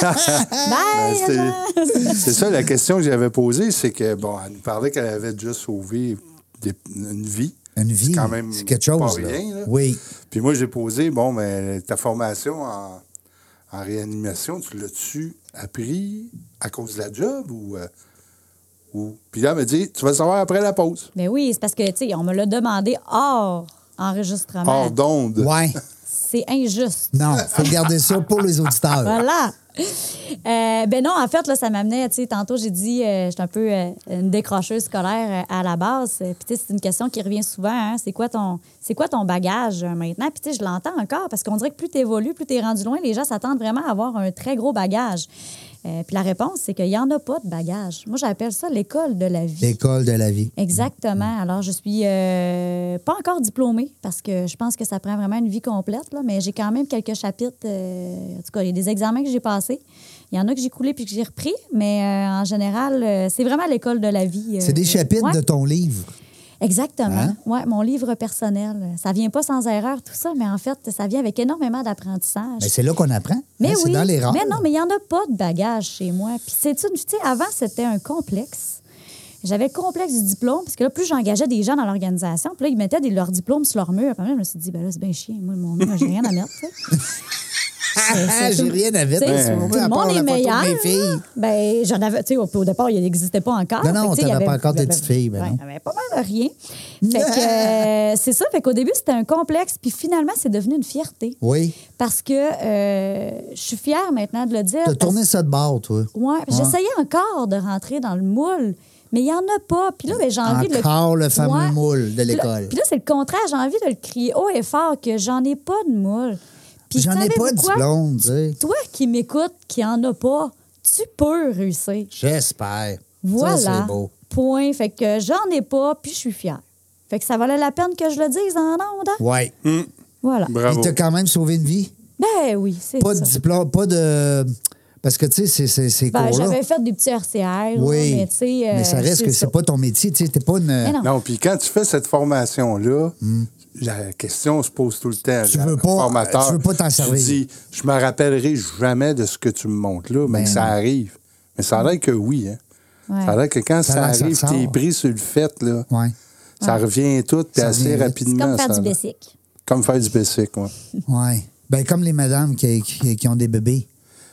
Ben, Bye! Jean. c'est- c'est ça la question que j'avais posée, c'est que, bon, elle nous parlait qu'elle avait déjà sauvé des- une vie. Une vie, C'est quand même c'est quelque chose. pas là. rien, là. Oui. Puis moi, j'ai posé, bon, mais ta formation en, en réanimation, tu l'as-tu appris à cause de la job ou. euh, ou... Puis là, elle m'a dit, tu vas le savoir après la pause. Ben Mais oui, c'est parce que, tu sais, on me l'a demandé hors enregistrement. Hors d'onde. Ouais. C'est injuste. Non, faut garder ça pour les auditeurs. Voilà. Euh, ben non, en fait, là, ça m'amenait, tu sais, tantôt, j'ai dit, euh, j'étais un peu euh, une décrocheuse scolaire euh, à la base. Euh, Puis, tu sais, c'est une question qui revient souvent. hein. C'est quoi ton c'est quoi ton bagage euh, maintenant? Puis, tu sais, je l'entends encore parce qu'on dirait que plus tu évolues, plus tu es rendu loin, les gens s'attendent vraiment à avoir un très gros bagage. Euh, Puis, la réponse, c'est qu'il n'y en a pas de bagage. Moi, j'appelle ça l'école de la vie. L'école de la vie. Exactement. Alors, je suis euh, pas encore diplômée parce que je pense que ça prend vraiment une vie complète, là, mais j'ai quand même quelques chapitres. euh, en tout cas, il y a des examens que j'ai passés. Il y en a que j'ai coulé puis que j'ai repris, mais euh, en général, euh, c'est vraiment l'école de la vie. euh, C'est des chapitres ouais. de ton livre. Exactement. Hein? Ouais, mon livre personnel. Ça vient pas sans erreur, tout ça, mais en fait, ça vient avec énormément d'apprentissage. Mais c'est là qu'on apprend. Mais Hein, oui. C'est dans l'erreur. Mais non, mais il n'y en a pas de bagage chez moi. Puis c'est une. Tu sais, avant, c'était un complexe. J'avais le complexe du diplôme, parce que là, plus j'engageais des gens dans l'organisation, puis là, ils mettaient des, leurs diplômes sur leur mur. Puis là, je me suis dit, ben là, c'est bien chiant. Moi, mon mur, j'ai rien à mettre. tu sais. C'est- c'est Ah, J'ai tout- rien à vite. Ben, tu sais, Ouais. Tout Ben, À le part monde la est photo de mes meilleur. filles. là. Ben, j'en avais, tu sais, au, au départ, il n'existait pas encore. Non, non, Fait que, tu sais, t'avais il y pas avait- encore tes il y avait- petites filles, ben ouais, non. il y avait pas mal de rien. Fait que, euh, c'est ça. Fait qu'au début, c'était un complexe, puis finalement, c'est devenu une fierté. Oui. Parce que euh, je suis fière maintenant de le dire. T'as parce- tourné ça de bord, toi. Ouais, J'essayais encore de rentrer dans le moule, mais il n'y en a pas. Puis là, ben, j'ai envie de Encore le fameux moule de Puis là- l'école. Puis là, c'est le contraire. J'ai envie de le crier haut et fort que j'en ai pas de moule. Puis J'en ai savez-vous pas de quoi? diplôme, tu sais. Toi qui m'écoutes, qui en a pas, tu peux réussir. J'espère. Voilà. Ça, c'est beau. Point. Fait que j'en ai pas, puis je suis fière. Fait que ça valait la peine que je le dise en ondes. hein? Ouais. Voilà. Il Bravo. t'a quand même sauvé une vie. Ben oui, c'est Pas de ça. diplôme, pas de. Parce que, tu sais, c'est- c'est- ces Ben, cours-là. j'avais fait des petits RCR, Oui. mais tu sais... euh, Mais ça reste que ça. c'est pas ton métier. Tu sais, t'es pas une. Mais non. Non, puis quand tu fais cette formation-là, la question se pose tout le temps. Hmm. Tu là, veux au pas- formateur. tu veux pas t'en servir. Tu dis, je me rappellerai jamais de ce que tu me montres là, mais Ben que ça non. arrive. Mais ça a l'air que oui. Hein. Ouais. Ça a l'air que quand Ça ça, a l'air que ça arrive, ressort. t'es pris sur le fait, là, Ouais. ça revient tout, puis Ça revient assez vite. C'est rapidement. comme faire ça du a l'air. basic. Comme faire du basic, ouais. Oui. Ben, comme les madames qui, qui- qui ont des bébés.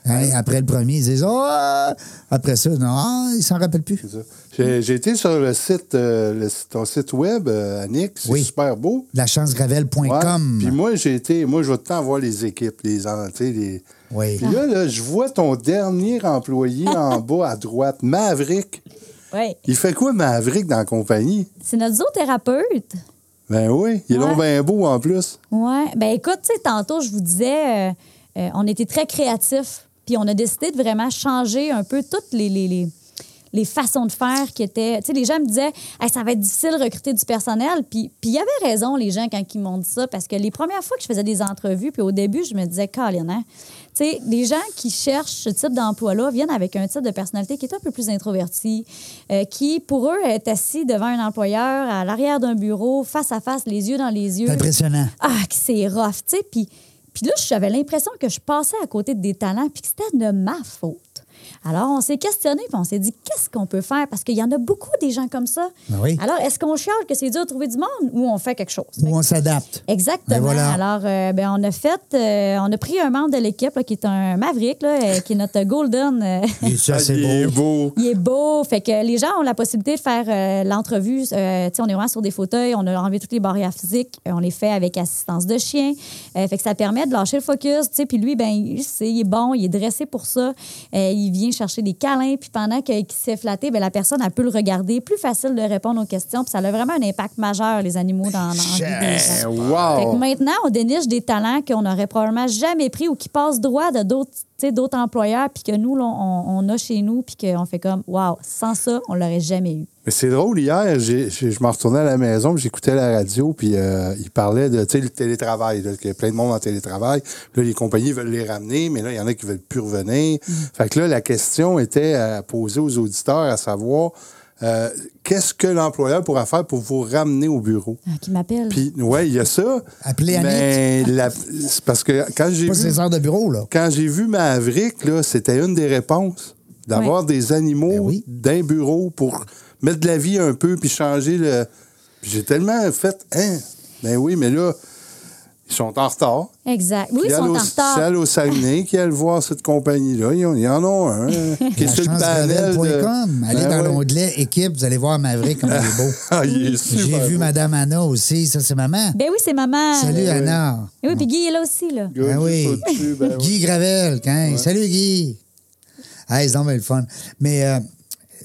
Hein, Après le premier, ils disent Ah! Après ça, non, ah, ils s'en rappellent plus. C'est ça. Mm. J'ai j'ai été sur le site, euh, le- ton site web, euh, Annick, c'est Oui. super beau. Ouais. Lachancegravel.com. Puis moi, j'ai été, moi, je vais tout le temps voir les équipes, les, en- tu sais, les, Oui. Ah. Puis là, là, je vois ton dernier employé en bas à droite, Maverick. Oui. Il fait quoi, Maverick, dans la compagnie? C'est notre zoothérapeute. Ben oui, il est Ouais. donc bien beau en plus. Oui. Ben écoute, tu sais, tantôt, je vous disais, euh, euh, on était très créatifs. Puis on a décidé de vraiment changer un peu toutes les, les, les, les façons de faire qui étaient. Tu sais, les gens me disaient, Hey, ça va être difficile de recruter du personnel. Puis puis il y avait raison, les gens, quand ils m'ont dit ça, parce que les premières fois que je faisais des entrevues, puis au début, je me disais, Colin, hein? Tu sais, les gens qui cherchent ce type d'emploi-là viennent avec un type de personnalité qui est un peu plus introverti, euh, qui, pour eux, est assis devant un employeur, à l'arrière d'un bureau, face à face, les yeux dans les yeux. C'est impressionnant. Ah, que c'est rough, tu sais. Puis, puis là, j'avais l'impression que je passais à côté de des talents, puis que c'était de ma faute. Alors, on s'est questionné, puis on s'est dit, qu'est-ce qu'on peut faire? Parce qu'il y en a beaucoup des gens comme ça. Ben oui. Alors, est-ce qu'on chiale que c'est dur de trouver du monde ou on fait quelque chose? Fait Où on s'adapte. Exactement. Ben voilà. Alors, euh, ben, on a fait, euh, on a pris un membre de l'équipe là, qui est un Maverick, là, euh, qui est notre Golden. euh, Et ça, Ah, il c'est est beau. beau. il est beau. Fait que les gens ont la possibilité de faire euh, l'entrevue. Euh, tu sais, on est vraiment sur des fauteuils, on a enlevé toutes les barrières physiques, Euh, on les fait avec assistance de chien. Euh, fait que ça permet de lâcher le focus. tu sais. Puis lui, ben, il, sait, il est bon, il est dressé pour ça. Euh, il vient chercher des câlins. Puis pendant que- qu'il s'est flatté, ben, la personne, elle peut le regarder. Plus facile de répondre aux questions. Puis ça a vraiment un impact majeur, les animaux, dans, dans la vie des gens. Ben, Ah, Fait que Oh. wow! maintenant, on déniche des talents qu'on n'aurait probablement jamais pris ou qui passent droit de d'autres tu sais, d'autres employeurs, puis que nous, là, on, on a chez nous, puis qu'on fait comme, waouh, sans ça, on l'aurait jamais eu. Mais c'est drôle, hier, j'ai- j'ai- je m'en retournais à la maison, puis j'écoutais la radio, puis euh, il parlait de tu sais, le télétravail, là, qu'il y a plein de monde en télétravail. Puis là, les compagnies veulent les ramener, mais là, il y en a qui veulent plus revenir. Mm. Fait que là, la question était euh, posée aux auditeurs, à savoir, euh, qu'est-ce que l'employeur pourra faire pour vous ramener au bureau? Ah, qui m'appelle. Puis, ouais, il y a ça. Appelez Annick. Mais la- c'est parce que quand j'ai Pas vu, ses heures de bureau, là. quand j'ai vu Maverick, là, c'était une des réponses. D'avoir des animaux Ben oui. d'un bureau pour mettre de la vie un peu puis changer le. Puis j'ai tellement fait. Hein? Ben oui, mais là, Ils sont en retard. Exact. Oui, Qui ils sont allent en au- retard. Celle au Saguenay qui allent voir cette compagnie-là. Ils en- ils en ont un. euh, qui est La sur le chance panel de- rebelle.com. Allez Ben dans ouais. l'onglet équipe, vous allez voir Maverick comme il est beau. Ah, il est J'ai super vu beau. Madame Anna aussi, ça c'est maman. Ben oui, c'est maman. Salut Eh Anna. Oui, puis Guy est là aussi, là. Gars, Ah oui. il est pas dessus, ben oui. Guy Gravel, hein? salut Guy. Hey, c'est donc bien le fun. Mais euh,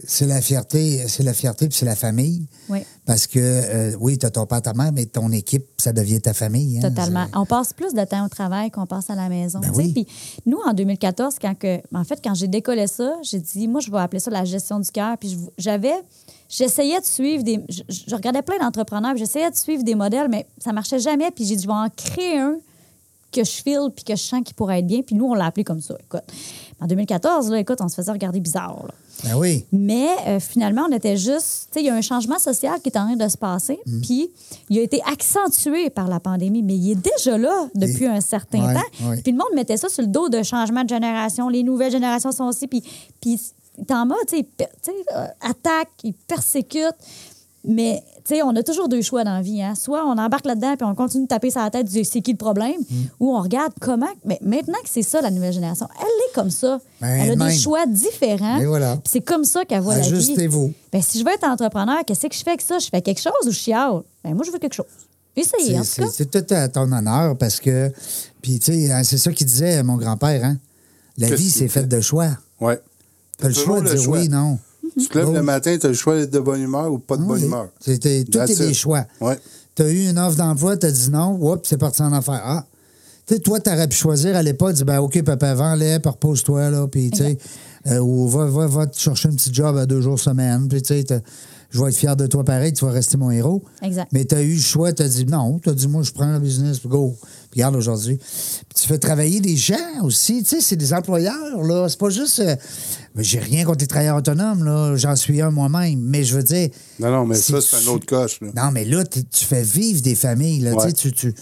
c'est la fierté, c'est la fierté puis c'est la famille. Oui, Parce que, euh, oui, t'as ton père, ta mère, mais ton équipe, ça devient ta famille. hein. totalement. C'est- On passe plus de temps au travail qu'on passe à la maison. Ben tu sais. oui. Puis nous, en 2014, quand que, en fait, quand j'ai décollé ça, j'ai dit, moi, je vais appeler ça la gestion du cœur. Puis je- j'avais, j'essayais de suivre des, je, je- je regardais plein d'entrepreneurs, puis j'essayais de suivre des modèles, mais ça marchait jamais. Puis j'ai dit, je vais en créer un que je file puis que je sens qu'il pourrait être bien. Puis nous, on l'a appelé comme ça. Écoute, en 2014, là, écoute, on se faisait regarder bizarre. là. Ben oui. Mais euh, finalement, on était juste. Tu sais, il y a un changement social qui est en train de se passer, Mm. puis il a été accentué par la pandémie, mais il est déjà là depuis Et- un certain Ouais, temps. ouais. Puis le monde mettait ça sur le dos de changement de génération. Les nouvelles générations sont aussi, puis, puis t'en mode, tu sais, per- tu sais, euh, attaque, ils persécutent. Mais, tu sais, on a toujours deux choix dans la vie. Hein. Soit on embarque là-dedans puis on continue de taper sur la tête du c'est qui le problème, Mm. ou on regarde comment. Mais maintenant que c'est ça, la nouvelle génération, elle est comme ça. Ben, elle a même. des choix différents. Et voilà. Puis c'est comme ça qu'elle voit la vie. Ajustez-vous. Ben, si je veux être entrepreneur, qu'est-ce que je fais avec ça? Je fais quelque chose ou je chiale? Ben, moi, je veux quelque chose. Essayez, en C'est- tout C'est cas. c'est tout à ton honneur parce que. Puis, tu sais, hein, c'est ça qu'il disait mon grand-père, hein? La Qu'est-ce vie, qu'il c'est faite de choix. Ouais. T'as le toujours choix de le dire choix. oui, non. Tu te lèves Oh. le matin, tu as le choix d'être de bonne humeur ou pas de bonne Oui. humeur. Ah, C'était- Tout That's est des it. choix. Ouais. T'as eu une offre d'emploi, t'as dit non, oups, c'est parti en affaires. Ah. Tu sais, toi, t'aurais pu choisir à l'époque, dire, ben, OK, papa, vends-les, puis repose-toi, là, puis, tu sais, euh, ou va, va, va te chercher un petit job à deux jours semaine, puis, tu sais, t'as- je vais être fier de toi pareil, tu vas rester mon héros. Exact. Mais t'as eu le choix, t'as dit non, t'as dit, moi, je prends le business, puis go. Puis regarde aujourd'hui. Puis tu fais travailler des gens aussi, tu sais, c'est des employeurs, là. C'est pas juste. euh, ben, J'ai rien contre les travailleurs autonomes, là. J'en suis un moi-même, mais je veux dire. Non, non, mais ça, si c'est tu- un autre coche. là. non, mais là, tu tu fais vivre des familles. Là, tu sais, Ouais. tu, tu-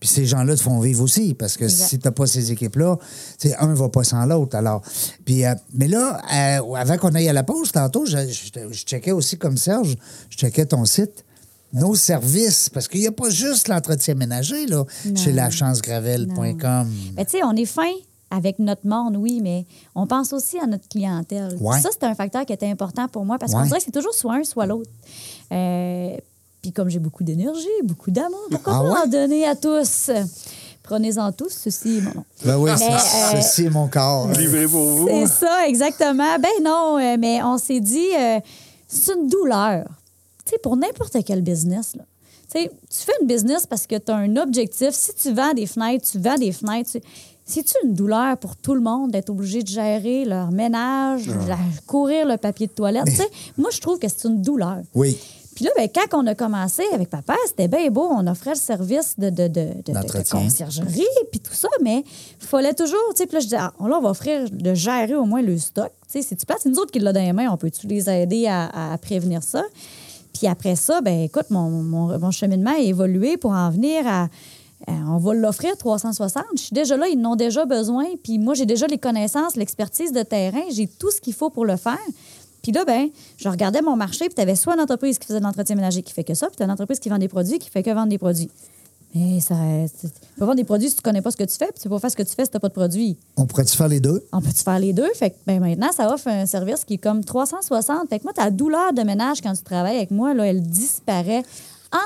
Puis ces gens-là te font vivre aussi, parce que Exact. si tu n'as pas ces équipes-là, tu sais, un va pas sans l'autre. Alors, puis, euh, mais là, euh, avant qu'on aille à la pause, tantôt, je, je- je checkais aussi comme Serge, je checkais ton site. Nos services, parce qu'il n'y a pas juste l'entretien ménager, là, chez lachancegravel.com. Ben, tu sais, on est fin avec notre monde, oui, mais on pense aussi à notre clientèle. Ouais. Ça, c'est un facteur qui était important pour moi parce Ouais. qu'on dirait que c'est toujours soit un, soit l'autre. Euh, Puis comme j'ai beaucoup d'énergie, beaucoup d'amour, pourquoi Ah pas ouais? en donner à tous? Prenez-en tous, ceci est mon nom. Ben oui, Mais, c'est- euh, ceci est mon corps. Livré pour vous. C'est ça, exactement. Ben non, euh, mais on s'est dit, euh, c'est une douleur. Tu sais, pour n'importe quel business, là. Tu sais, tu fais une business parce que tu as un objectif. Si tu vends des fenêtres, tu vends des fenêtres. Tu... C'est-tu une douleur pour tout le monde d'être obligé de gérer leur ménage, Ah. la- courir le papier de toilette? Tu sais, moi, je trouve que c'est une douleur. Oui, Puis là, ben, quand on a commencé avec papa, c'était bien beau. On offrait le service de, de, de, de- de- de D'entretien. conciergerie, puis tout ça, mais il fallait toujours. tu sais, Puis là, je disais, ah, on- là, on va offrir de gérer au moins le stock. Tu sais, si tu passes, c'est nous autres qui l'a dans les mains. On peut-tu les aider à, à prévenir ça? Puis après ça, ben écoute, mon, mon, mon cheminement a évolué pour en venir à. à- On va l'offrir 360. Je suis déjà là, ils en ont déjà besoin. Puis moi, j'ai déjà les connaissances, l'expertise de terrain. J'ai tout ce qu'il faut pour le faire. Puis là, ben, je regardais mon marché, puis tu avais soit une entreprise qui faisait de l'entretien ménager qui fait que ça, puis tu une entreprise qui vend des produits qui fait que vendre des produits. Mais ça, tu peux vendre des produits si tu connais pas ce que tu fais, puis tu peux pas faire ce que tu fais si tu pas de produits. on pourrait-tu faire les deux? On peut-tu faire les deux? Fait que ben, maintenant, ça offre un service qui est comme 360. Fait que moi, ta douleur de ménage quand tu travailles avec moi, là, elle disparaît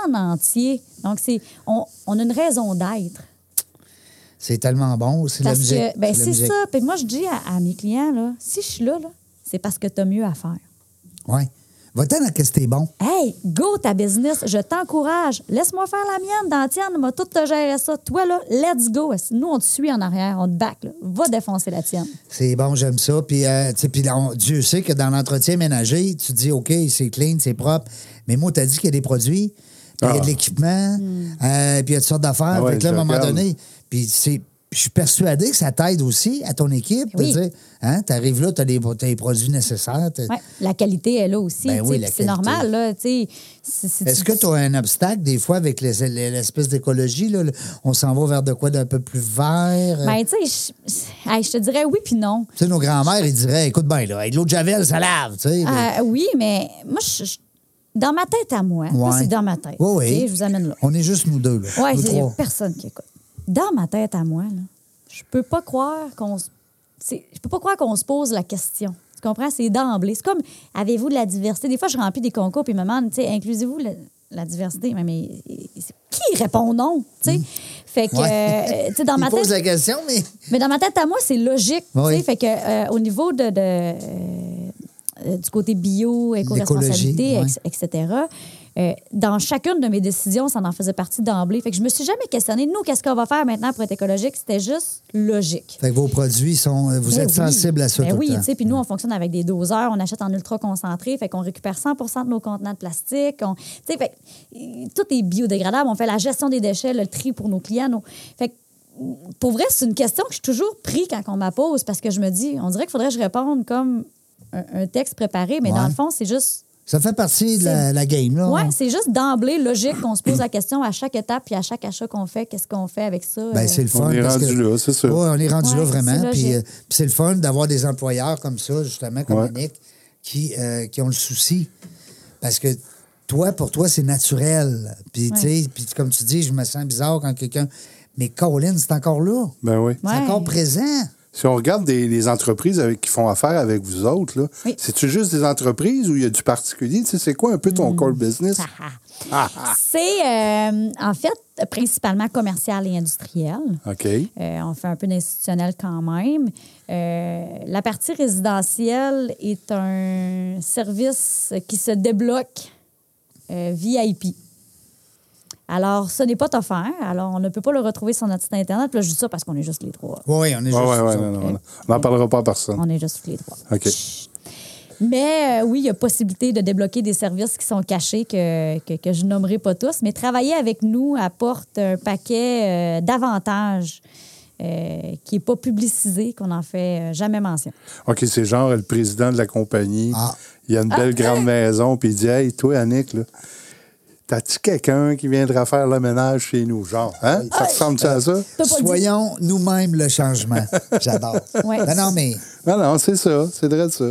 en entier. Donc, c'est on, on a une raison d'être. C'est tellement bon, c'est de la Parce musique. que, ben, de la c'est musique. ça. Puis moi, je dis à, à mes clients, là, si je suis là, là c'est parce que tu as mieux à faire. Ouais. Va-t'en dans qu'est-ce que t'es bon. Hey, go ta business, je t'encourage. Laisse-moi faire la mienne, dans la tienne, m'a tout te gérer ça. Toi, là, let's go. Nous, on te suit en arrière, on te back. là. Va défoncer la tienne. C'est bon, j'aime ça. Puis, euh, tu sais, puis là, on- Dieu sait que dans l'entretien ménager, tu dis, OK, c'est clean, c'est propre. Mais moi, t'as dit qu'il y a des produits, puis il y a de Ah. l'équipement, Hmm. euh, puis il y a toutes sortes d'affaires. Ah ouais, Fait que là, à un je moment regarde. donné, puis c'est. puis Je suis persuadé que ça t'aide aussi à ton équipe. Oui. Tu hein, arrives là, tu as, les produits nécessaires. t'as- Ouais, la qualité est là aussi. Ben tu sais, oui, puis la c'est qualité. normal. là, tu sais, si- si Est-ce tu- que tu as un obstacle des fois avec les- les- l'espèce d'écologie? là, le- On s'en va vers de quoi d'un peu plus vert? Ben, tu sais, je hey, je te dirais oui puis non. Tu sais, nos grands-mères, ils diraient, écoute bien, là, avec de l'eau de Javel, ça lave. tu sais. Euh, oui, mais moi, je, je- dans ma tête à moi, là, Ouais. c'est dans ma tête. Oui, oui. Tu sais, Je vous amène là. On est juste nous deux, là. Oui, nous il n'y a trois. personne qui écoute. dans ma tête à moi, là, je peux pas croire qu'on se- c'est- je peux pas croire qu'on se pose la question. Tu comprends? C'est d'emblée. C'est comme avez-vous de la diversité? Des fois, je remplis des concours puis ils me demandent, tu sais, inclusez-vous la, la diversité? Mais, mais c'est- qui répond non? Tu sais? Fait que, Mmh. Ouais. euh, tu sais, dans Il ma pose tête. la question, mais. Mais dans ma tête à moi, c'est logique. tu Oui. sais. Fait que euh, au niveau de, de, euh, euh, du côté bio, éco-responsabilité, L'écologie, ex- etc., euh, dans chacune de mes décisions, ça en faisait partie d'emblée. Fait que je me suis jamais questionnée, nous, qu'est-ce qu'on va faire maintenant pour être écologique? C'était juste logique. Fait que vos produits sont. euh, Vous Ben êtes oui. sensible à ça Ben tout oui, le tu sais, temps. puis nous, on fonctionne avec des doseurs, on achète en ultra concentré, fait qu'on récupère 100 de nos contenants de plastique. On, tu sais, fait que, euh, tout est biodégradable, on fait la gestion des déchets, le tri pour nos clients. nos- fait que, mm, pour vrai, c'est une question que je suis toujours pris quand on m'a pose parce que je me dis, on dirait qu'il faudrait que je réponde comme un, un texte préparé, mais Ouais. dans le fond, c'est juste. Ça fait partie de la, C'est- la game, là. Ouais, c'est juste d'emblée logique qu'on se pose la question à chaque étape puis à chaque achat qu'on fait, qu'est-ce qu'on fait avec ça. Ben, euh, c'est le fun. On est parce rendu que- là, c'est sûr. Ouais, on est rendu là Ouais, c'est vraiment. logique. Puis euh, puis c'est le fun d'avoir des employeurs comme ça, justement, comme Ouais. Annick, qui, euh, qui ont le souci. Parce que toi, pour toi, c'est naturel. Puis, tu sais, puis comme tu dis, je me sens bizarre quand quelqu'un. Mais Colin, c'est encore là. Ben oui. C'est Ouais. encore présent. Si on regarde des, les entreprises avec, qui font affaire avec vous autres, là, Oui. c'est-tu juste des entreprises ou il y a du particulier? Tu sais, c'est quoi un peu ton core business? Ah. C'est euh, en fait principalement commercial et industriel. OK. Euh, on fait un peu d'institutionnel quand même. Euh, la partie résidentielle est un service qui se débloque euh, VIP. Alors, ce n'est pas offert. Alors, on ne peut pas le retrouver sur notre site Internet. Puis Là, je dis ça parce qu'on est juste les trois. Oui, on est Ouais, juste. ouais, ouais, ça. non, non, non. On n'en parlera pas à personne. On est juste les trois. OK. Chut. Mais euh, oui, il y a possibilité de débloquer des services qui sont cachés que, que, que je nommerai pas tous. Mais travailler avec nous apporte un paquet euh, d'avantages euh, qui n'est pas publicisé, qu'on n'en fait euh, jamais mention. OK, c'est genre le président de la compagnie. Ah. Il a une belle grande maison, puis il dit Hey, toi, Annick, là, t'as-tu quelqu'un qui viendra faire le ménage chez nous? Genre, hein? Ça ressemble-tu à ça? T'as pas dit- Soyons nous-mêmes le changement. J'adore. Ouais. Ben non, mais Non, non, c'est ça. C'est vrai de ça.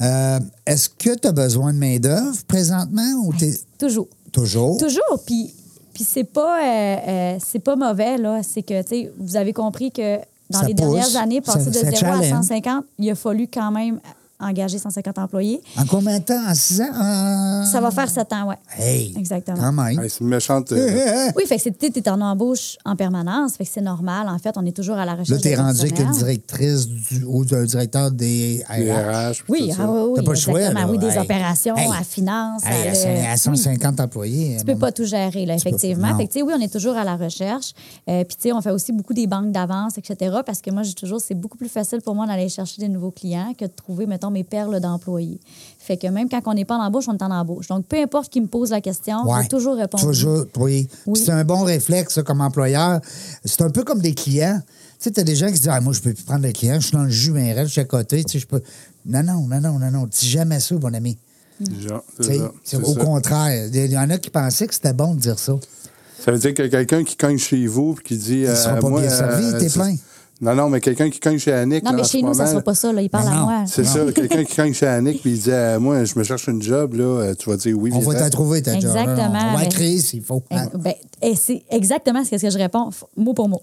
euh, est-ce que tu as besoin de main-d'œuvre présentement ou t'es. Toujours. Toujours. Toujours. Puis, puis c'est pas, euh, euh, c'est pas mauvais, là. C'est que, tu sais, vous avez compris que dans Ça les pousse. dernières années, Ça- passer de ça 0 challenge. à 150, il a fallu quand même engager 150 employés. En combien de temps? En six ans? En- Ça va faire 7 ans, ouais. Hey! Exactement. Quand même. Hey, c'est une méchante. Hein, euh, Oui, fait que c'est tu es en embauche en permanence, fait que c'est normal. En fait, on est toujours à la recherche. Là, t'es de rendu avec personnel. une directrice du, ou un directeur des les RH. RH, puis Oui, tout ça. ah, oui, oui, T'as pas le choix, exactement. là. Oui, des Hey. opérations, Hey. à finance. Hey, à à le- cin- à Oui. 150 employés. Tu peux pas tout gérer, là, Tu peux pas- effectivement. non. Fait que, tu sais, oui, on est toujours à la recherche. Euh, Puis, tu sais, on fait aussi beaucoup des banques d'avance, etc. Parce que moi, j'ai toujours, c'est beaucoup plus facile pour moi d'aller chercher des nouveaux clients que de trouver, mettons, mes perles d'employés. Fait que même quand on n'est pas en embauche, on est en embauche. Donc, peu importe qui me pose la question, on Ouais. je vais toujours répondre. Toujours, oui. Oui. Puis C'est un bon réflexe, ça, comme employeur. C'est un peu comme des clients. Tu sais, t'as des gens qui se disent ah, Moi, je peux plus prendre des clients, je suis dans le jus, mais je suis à côté. Tu sais, je peux. Non, non, non, non, non, non. Dis jamais ça, mon ami. Genre, c'est Tu sais, ça, c'est- c'est au ça. contraire. Il y en a qui pensaient que c'était bon de dire ça. Ça veut dire que quelqu'un qui cogne chez vous puis qui dit. euh, sera pas moi, bien servi, t'es c'est- plein. Non, non, mais quelqu'un qui cogne chez Annick. Non, là, mais en chez ce nous, ça moment, ne sera pas ça. Là, il parle Mais à non, moi. C'est ça, quelqu'un qui cogne chez Annick puis il dit euh, Moi, je me cherche une job, là, euh, tu vas dire oui. On va viens-t'en. t'en trouver, ta job. Exactement, On va mais- créer s'il faut. Ah, Eh, ben, et c'est exactement ce que je réponds, f- mot pour mot.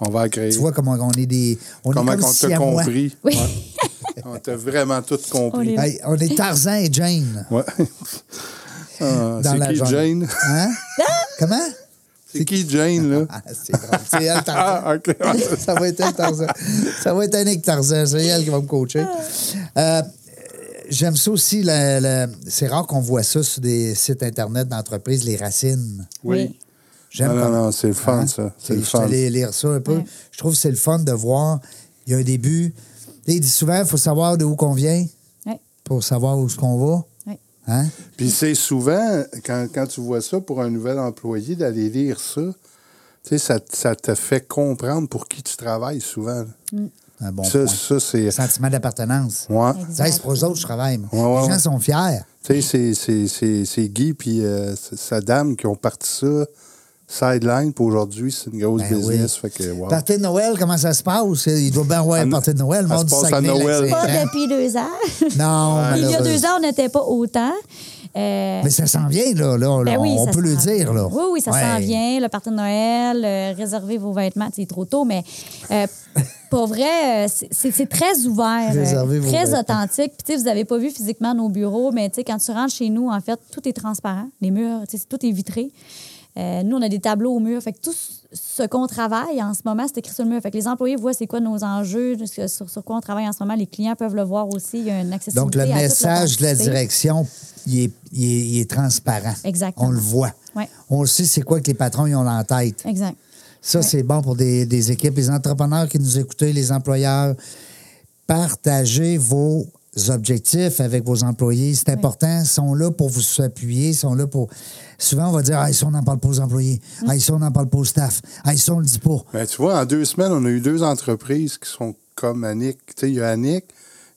On va la créer. Tu vois comment on est des. On Comment est comme on t'a siamois. compris. Oui. Ouais. on t'a vraiment tout Oh, compris. On Hey, on est Tarzan et Jane. Ouais. Ah, Dans c'est la qui jungle. Jane? Hein? Ah! Comment? C'est qui Jane, là? Ah, c'est drôle. C'est elle, Tarzan. Ah, OK. ça va être elle, Tarzan. Ça va être Annick Tarzan. C'est elle qui va me coacher. Euh, J'aime ça aussi. la- la- C'est rare qu'on voit ça sur des sites Internet d'entreprises, les racines. Oui. J'aime Ah, Non, non, quand- non, c'est le fun, Hein? ça. C'est Et le Je suis fun. allé lire ça un peu. Ouais. Je trouve que c'est le fun de voir. Il y a un début. Il dit souvent, il faut savoir de où qu'on vient Ouais, pour savoir où est-ce qu'on va. ouais. Hein? Puis c'est souvent, quand, quand tu vois ça pour un nouvel employé, d'aller lire ça, tu sais, ça, te- ça te fait comprendre pour qui tu travailles souvent. Un bon ça, point. ça, c'est. Sentiment d'appartenance. Ouais. Exact. Hey, c'est pour eux autres que je travaille. moi. Ouais, ouais, Les gens ouais. sont fiers. Tu sais, c'est- c'est- c'est c'est Guy puis euh, c'est sa dame qui ont parti ça sideline. Puis aujourd'hui, c'est une grosse Ben oui. business. Fait que, wow. Partie de Noël, comment ça se passe? Il doit bien avoir Ah, une non. partie de Noël. Le Ça monde se du passe à Saguenay, Noël. là, Pas c'est- depuis deux ans. Non, Il y a malheureusement. deux ans, on n'était pas autant. Euh, Mais ça s'en vient, là. là, là. ben oui, on ça peut le s'en vient. dire, là. Oui, oui, ça Ouais. s'en vient. Le party de Noël, euh, réservez vos vêtements. C'est trop tôt, mais euh, pour vrai, euh, c'est- c'est c'est très ouvert, euh, Réservez vos très vêtements. authentique. Puis, tu sais, vous n'avez pas vu physiquement nos bureaux, mais tu sais, quand tu rentres chez nous, en fait, tout est transparent. Les murs, tu sais, c'est- tout est vitré. Euh, nous, on a des tableaux au mur. Fait que tout ce- ce qu'on travaille en ce moment, c'est écrit sur le mur. Fait que les employés voient c'est quoi nos enjeux, ce- sur, sur quoi on travaille en ce moment. Les clients peuvent le voir aussi. Il y a une accessibilité. Donc, le à toute message de la l'authenticité. direction, il est, il est- il est transparent. Exactement. On le voit. Ouais. On le sait c'est quoi que les patrons ils ont en tête. Exact. Ça, c'est bon pour des, des équipes, les entrepreneurs qui nous écoutent, les employeurs. Partagez vos objectifs avec vos employés. C'est important. Ils sont là pour vous appuyer. Ils sont là pour. Souvent, on va dire Ah, ça, on n'en parle pas aux employés. Mm. Ah, ça, on n'en parle pas au staff. Ah, ça, on le dit pas. Mais Ben, tu vois, en deux semaines, on a eu deux entreprises qui sont comme Annick. Tu sais, il y a Annick,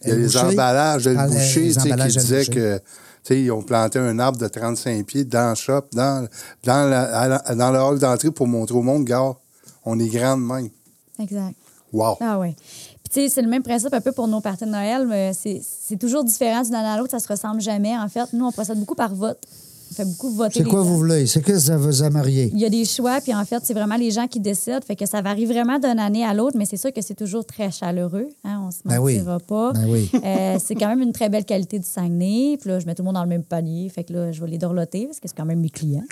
il y a Elle les Boucher. emballages de Ah, les- les Boucher, tu sais, qui emballages Elle disaient Boucher. que. tu sais, ils ont planté un arbre de 35 pieds dans le shop, dans, dans, la- à la- dans le hall d'entrée pour montrer au monde, gars, on est grand de même. Exact. Wow! Ah oui. Puis tu sais, c'est le même principe un peu pour nos parties de Noël, mais c'est c'est toujours différent d'une année à l'autre, ça se ressemble jamais. En fait, nous, on procède beaucoup par vote. On fait beaucoup voter. C'est les quoi gens. vous voulez? C'est que ça vous aimeriez? Il y a des choix, puis en fait, c'est vraiment les gens qui décident. Fait que ça varie vraiment d'une année à l'autre, mais c'est sûr que c'est toujours très chaleureux. Hein, on se Ben oui. mentira pas. Ben oui. Euh, c'est quand même une très belle qualité du Saguenay. Puis là, je mets tout le monde dans le même panier. Fait que là, je vais les dorloter parce que c'est quand même mes clients.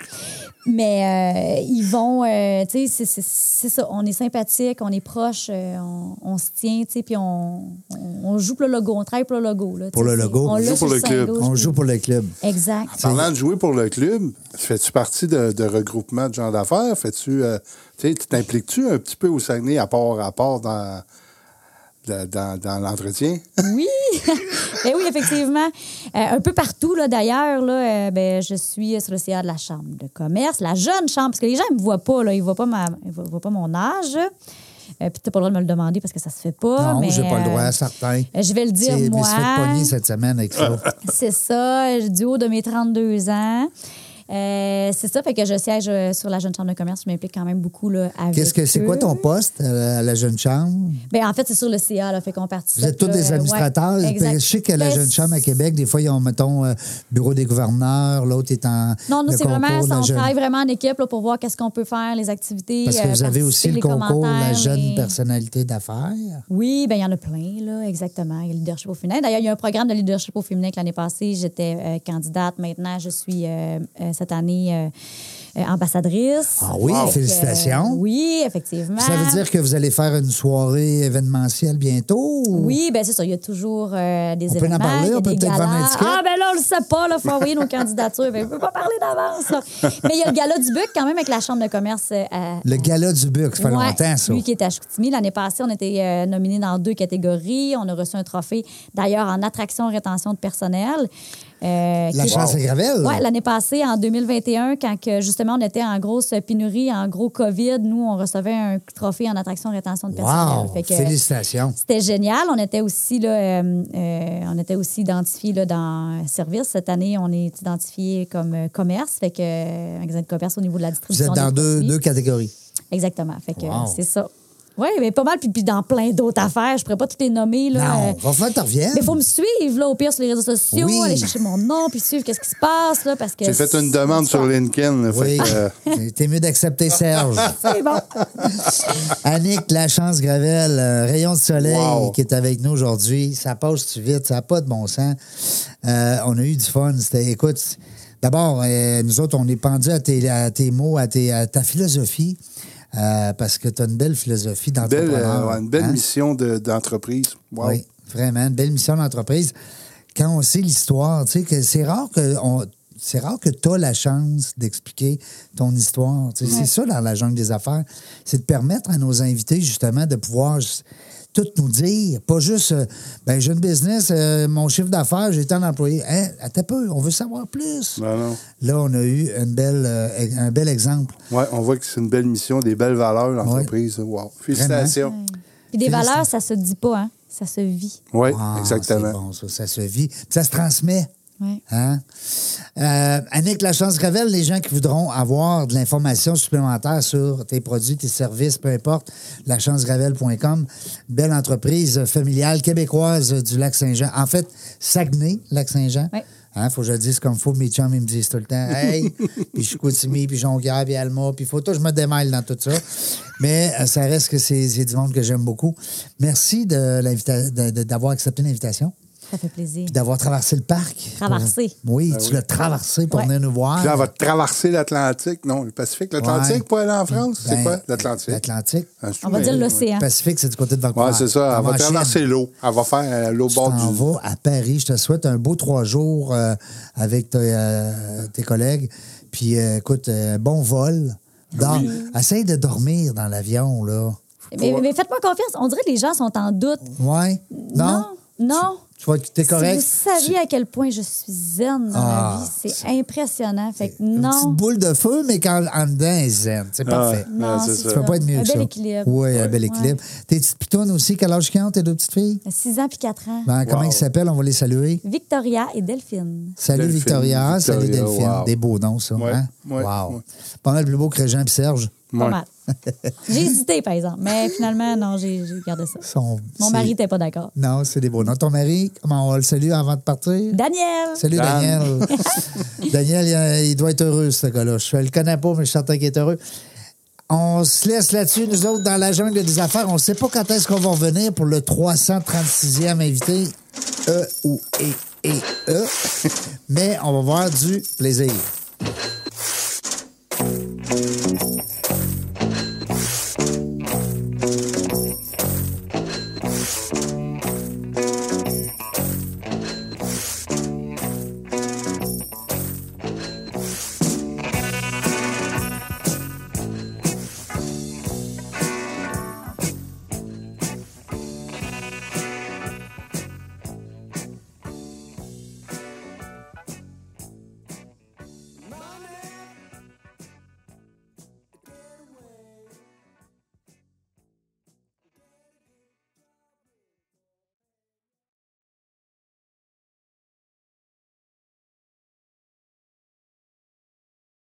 Mais euh, ils vont, euh, tu sais, c'est- c'est- c'est ça. On est sympathique, on est proche, euh, on, on se tient, tu sais, puis on, on- on joue pour le logo, on travaille pour le logo. là, tu Pour sais, le c'est- logo. On, On l'a joue pour sur le club. Saint-Gauche, On puis- joue Ah, pour le club. Exact. Parlant de jouer pour le club, fais-tu partie de, de regroupement de gens d'affaires? Fais-tu, euh, tu sais, tu t'impliques-tu un petit peu au Saguenay à part, à part dans, de- dans, dans l'entretien? Oui, ben oui, effectivement. Euh, un peu partout, là, d'ailleurs, là, euh, ben, je suis sur le CA de la Chambre de commerce, la jeune chambre, parce que les gens ne me voient pas, là, ils ne voient, pas ma- ils voient- voient pas mon âge. Euh, Puis tu n'as pas le droit de me le demander parce que ça se fait pas. non, mais, j'ai pas le droit, euh, certain. je vais le dire, C'est- Je me moi. suis fait pogner cette semaine avec ça. C'est ça, euh, du haut de mes 32 ans. Euh, c'est ça, fait que je siège euh, sur la jeune chambre de commerce, je m'implique quand même beaucoup là, avec Qu'est-ce que c'est quoi eux. ton poste à la- à la jeune chambre? Ben, en fait, c'est sur le CA, là, fait qu'on participe. Vous êtes tous là, des euh, ouais, administrateurs. exact. je sais que la Ben, jeune chambre à Québec, des fois, ils ont, mettons, euh, bureau des gouverneurs, l'autre est en. Non, nous, le c'est vraiment, concours de la ça, on jeune- travaille vraiment en équipe là, pour voir qu'est-ce qu'on peut faire, les activités. Parce que euh, vous avez aussi participer, le les concours de la commentaires, jeune mais- personnalité d'affaires. Oui, ben il y en a plein, là, exactement. Il y a le leadership au féminin. D'ailleurs, il y a un programme de leadership au féminin que l'année passée, j'étais euh, candidate. Maintenant, je suis euh, euh, cette année euh, euh, ambassadrice. Ah oui, Fait que, félicitations. euh, oui, effectivement. Ça veut dire que vous allez faire une soirée événementielle bientôt? ou- Oui, ben c'est ça. Il y a toujours euh, des On peut en événements. parler, il y a on peut des peut-être vendre galas. l'étiquette. Ah, ben là, on le sait pas, là. Faut envoyer nos candidatures. Ben, je peux pas parler d'avance, là. Mais il y a le gala du Buc, quand même, avec la Chambre de commerce euh, à. Le gala du Buc, ça fait Ouais, longtemps, ça. Lui qui est à Chicoutimi. L'année passée, on était euh, nominés dans deux catégories. On a reçu un trophée, d'ailleurs, en attraction-rétention de personnel. Euh, La qui- chasse à Gravel? Ouais, l'année passée, en 2021, quand que, justement on était en grosse pénurie, en gros COVID, nous, on recevait un trophée en attraction-rétention de personnel. Wow! euh, Fait que- Félicitations. c'était génial. On était aussi, là, euh, euh, on était aussi identifiés là, dans service. Cette année, on est identifié comme euh, commerce, fait que euh, magasin de commerce au niveau de la Vous êtes distribution. dans des deux, produits. deux catégories. Exactement. Fait que Wow. euh, c'est ça. Oui, mais pas mal. Puis, puis dans plein d'autres affaires. Je pourrais pas toutes les nommer. Là, non, Euh, va falloir que tu reviennes. mais il faut me suivre, là, au pire, sur les réseaux sociaux, Oui. aller chercher mon nom, puis suivre qu'est-ce qui se passe, là, parce que... J'ai fait une demande sur LinkedIn. là, fait Oui, que, euh, t'es mieux d'accepter Serge. C'est bon. Annick Lachance Gravel, euh, Rayon de Soleil, Wow. qui est avec nous aujourd'hui. Ça passe-tu vite? Ça n'a pas de bon sens. Euh, on a eu du fun. C'était, écoute, d'abord, euh, nous autres, on est pendus à tes, à tes mots, à, tes- à ta philosophie, euh, parce que tu as une belle philosophie belle, d'entrepreneur. euh, une belle hein? mission de- d'entreprise. Wow. Oui, vraiment, une belle mission d'entreprise. Quand on sait l'histoire, tu sais, que c'est rare que on. C'est rare que tu as la chance d'expliquer ton histoire. Tu sais, C'est ça dans la jungle des affaires. C'est de permettre à nos invités, justement, de pouvoir s- tout nous dire. Pas juste, euh, ben, j'ai une business, euh, mon chiffre d'affaires, j'ai tant d'employés. Hein, attends un peu, on veut savoir plus. Non, non. Là, on a eu une belle, euh, ex- un bel exemple. Ouais, on voit que c'est une belle mission, des belles valeurs, l'entreprise. Wow. Félicitations. Puis des valeurs, ça se dit pas, hein. Ça se vit. Oui, Ah, exactement. c'est bon, ça, ça se vit. Puis Ça se transmet. Ouais. Hein? Euh, Annick Lachance Gravel, les gens qui voudront avoir de l'information supplémentaire sur tes produits, tes services, peu importe, lachancegravel.com, belle entreprise familiale québécoise du Lac-Saint-Jean. En fait, Saguenay, Lac-Saint-Jean. Ouais. Hein, faut que je le dise comme faut. Mes chums, ils me disent tout le temps, hey, puis je suis Coutimi, puis Jonquière, puis Alma, puis Photo, je me démêle dans tout ça. Mais euh, ça reste que c'est c'est du monde que j'aime beaucoup. Merci de l'invita- de- de- d'avoir accepté l'invitation, Ça fait plaisir. puis d'avoir traversé le parc. Traversé. Pour- Oui, tu l'as traversé pour Ouais. venir nous voir. Puis là, on va traverser l'Atlantique. Non, le Pacifique. L'Atlantique, Ouais. pas aller en France? c'est Ben, quoi? L'Atlantique. L'Atlantique. Ah, c'est On va tout, dire hein. mais- l'océan. Pacifique, c'est du côté de Vancouver. Ouais, c'est ça. On Elle va enchaîne. traverser l'eau. Elle va faire euh, l'eau Tu bord t'en du. vas à Paris. Je te souhaite un beau trois jours euh, avec tes, euh, tes collègues. Puis, euh, écoute, euh, bon vol. Dors- Essaye de dormir dans l'avion, là. Mais, mais faites-moi confiance. On dirait que les gens sont en doute. Ouais? Non? Non. non. Tu vois que t'es correct? Si vous saviez à quel point je suis zen dans Ah, ma vie, c'est impressionnant. Fait que Une petite non. boule de feu, mais quand en dedans, elle est zen. C'est parfait. Non, Ah Ouais, c'est c'est ça. Tu peux pas être mieux Ah, un que ça. bel équilibre. Oui, un bel équilibre. Tes petites pitounes aussi, quel âge qu'ils ont, tes deux petites filles? 6 ans puis 4 ans. Ben, Comment Wow. ils s'appellent? On va les saluer. Victoria et Delphine. Salut Delphine, Victoria, Victoria, salut Delphine. wow. Des beaux noms, ça. Ouais, hein? ouais, wow. ouais. Pas mal plus beau que Régent et Serge. Pas Ouais. mal. J'ai hésité, par exemple. Mais finalement, non, j'ai j'ai gardé ça. Sont- Mon c'est- mari n'était pas d'accord. Non, c'est des beaux noms. Ton mari, comment on va le salue avant de partir? Daniel! Salut Dan. Daniel. Daniel, il, euh, il doit être heureux, ce gars-là. Je le connais pas, mais je suis certain qu'il est heureux. On se laisse là-dessus, nous autres, dans la jungle des affaires. On ne sait pas quand est-ce qu'on va revenir pour le 336e invité. E ou E et E. Mais on va voir du plaisir.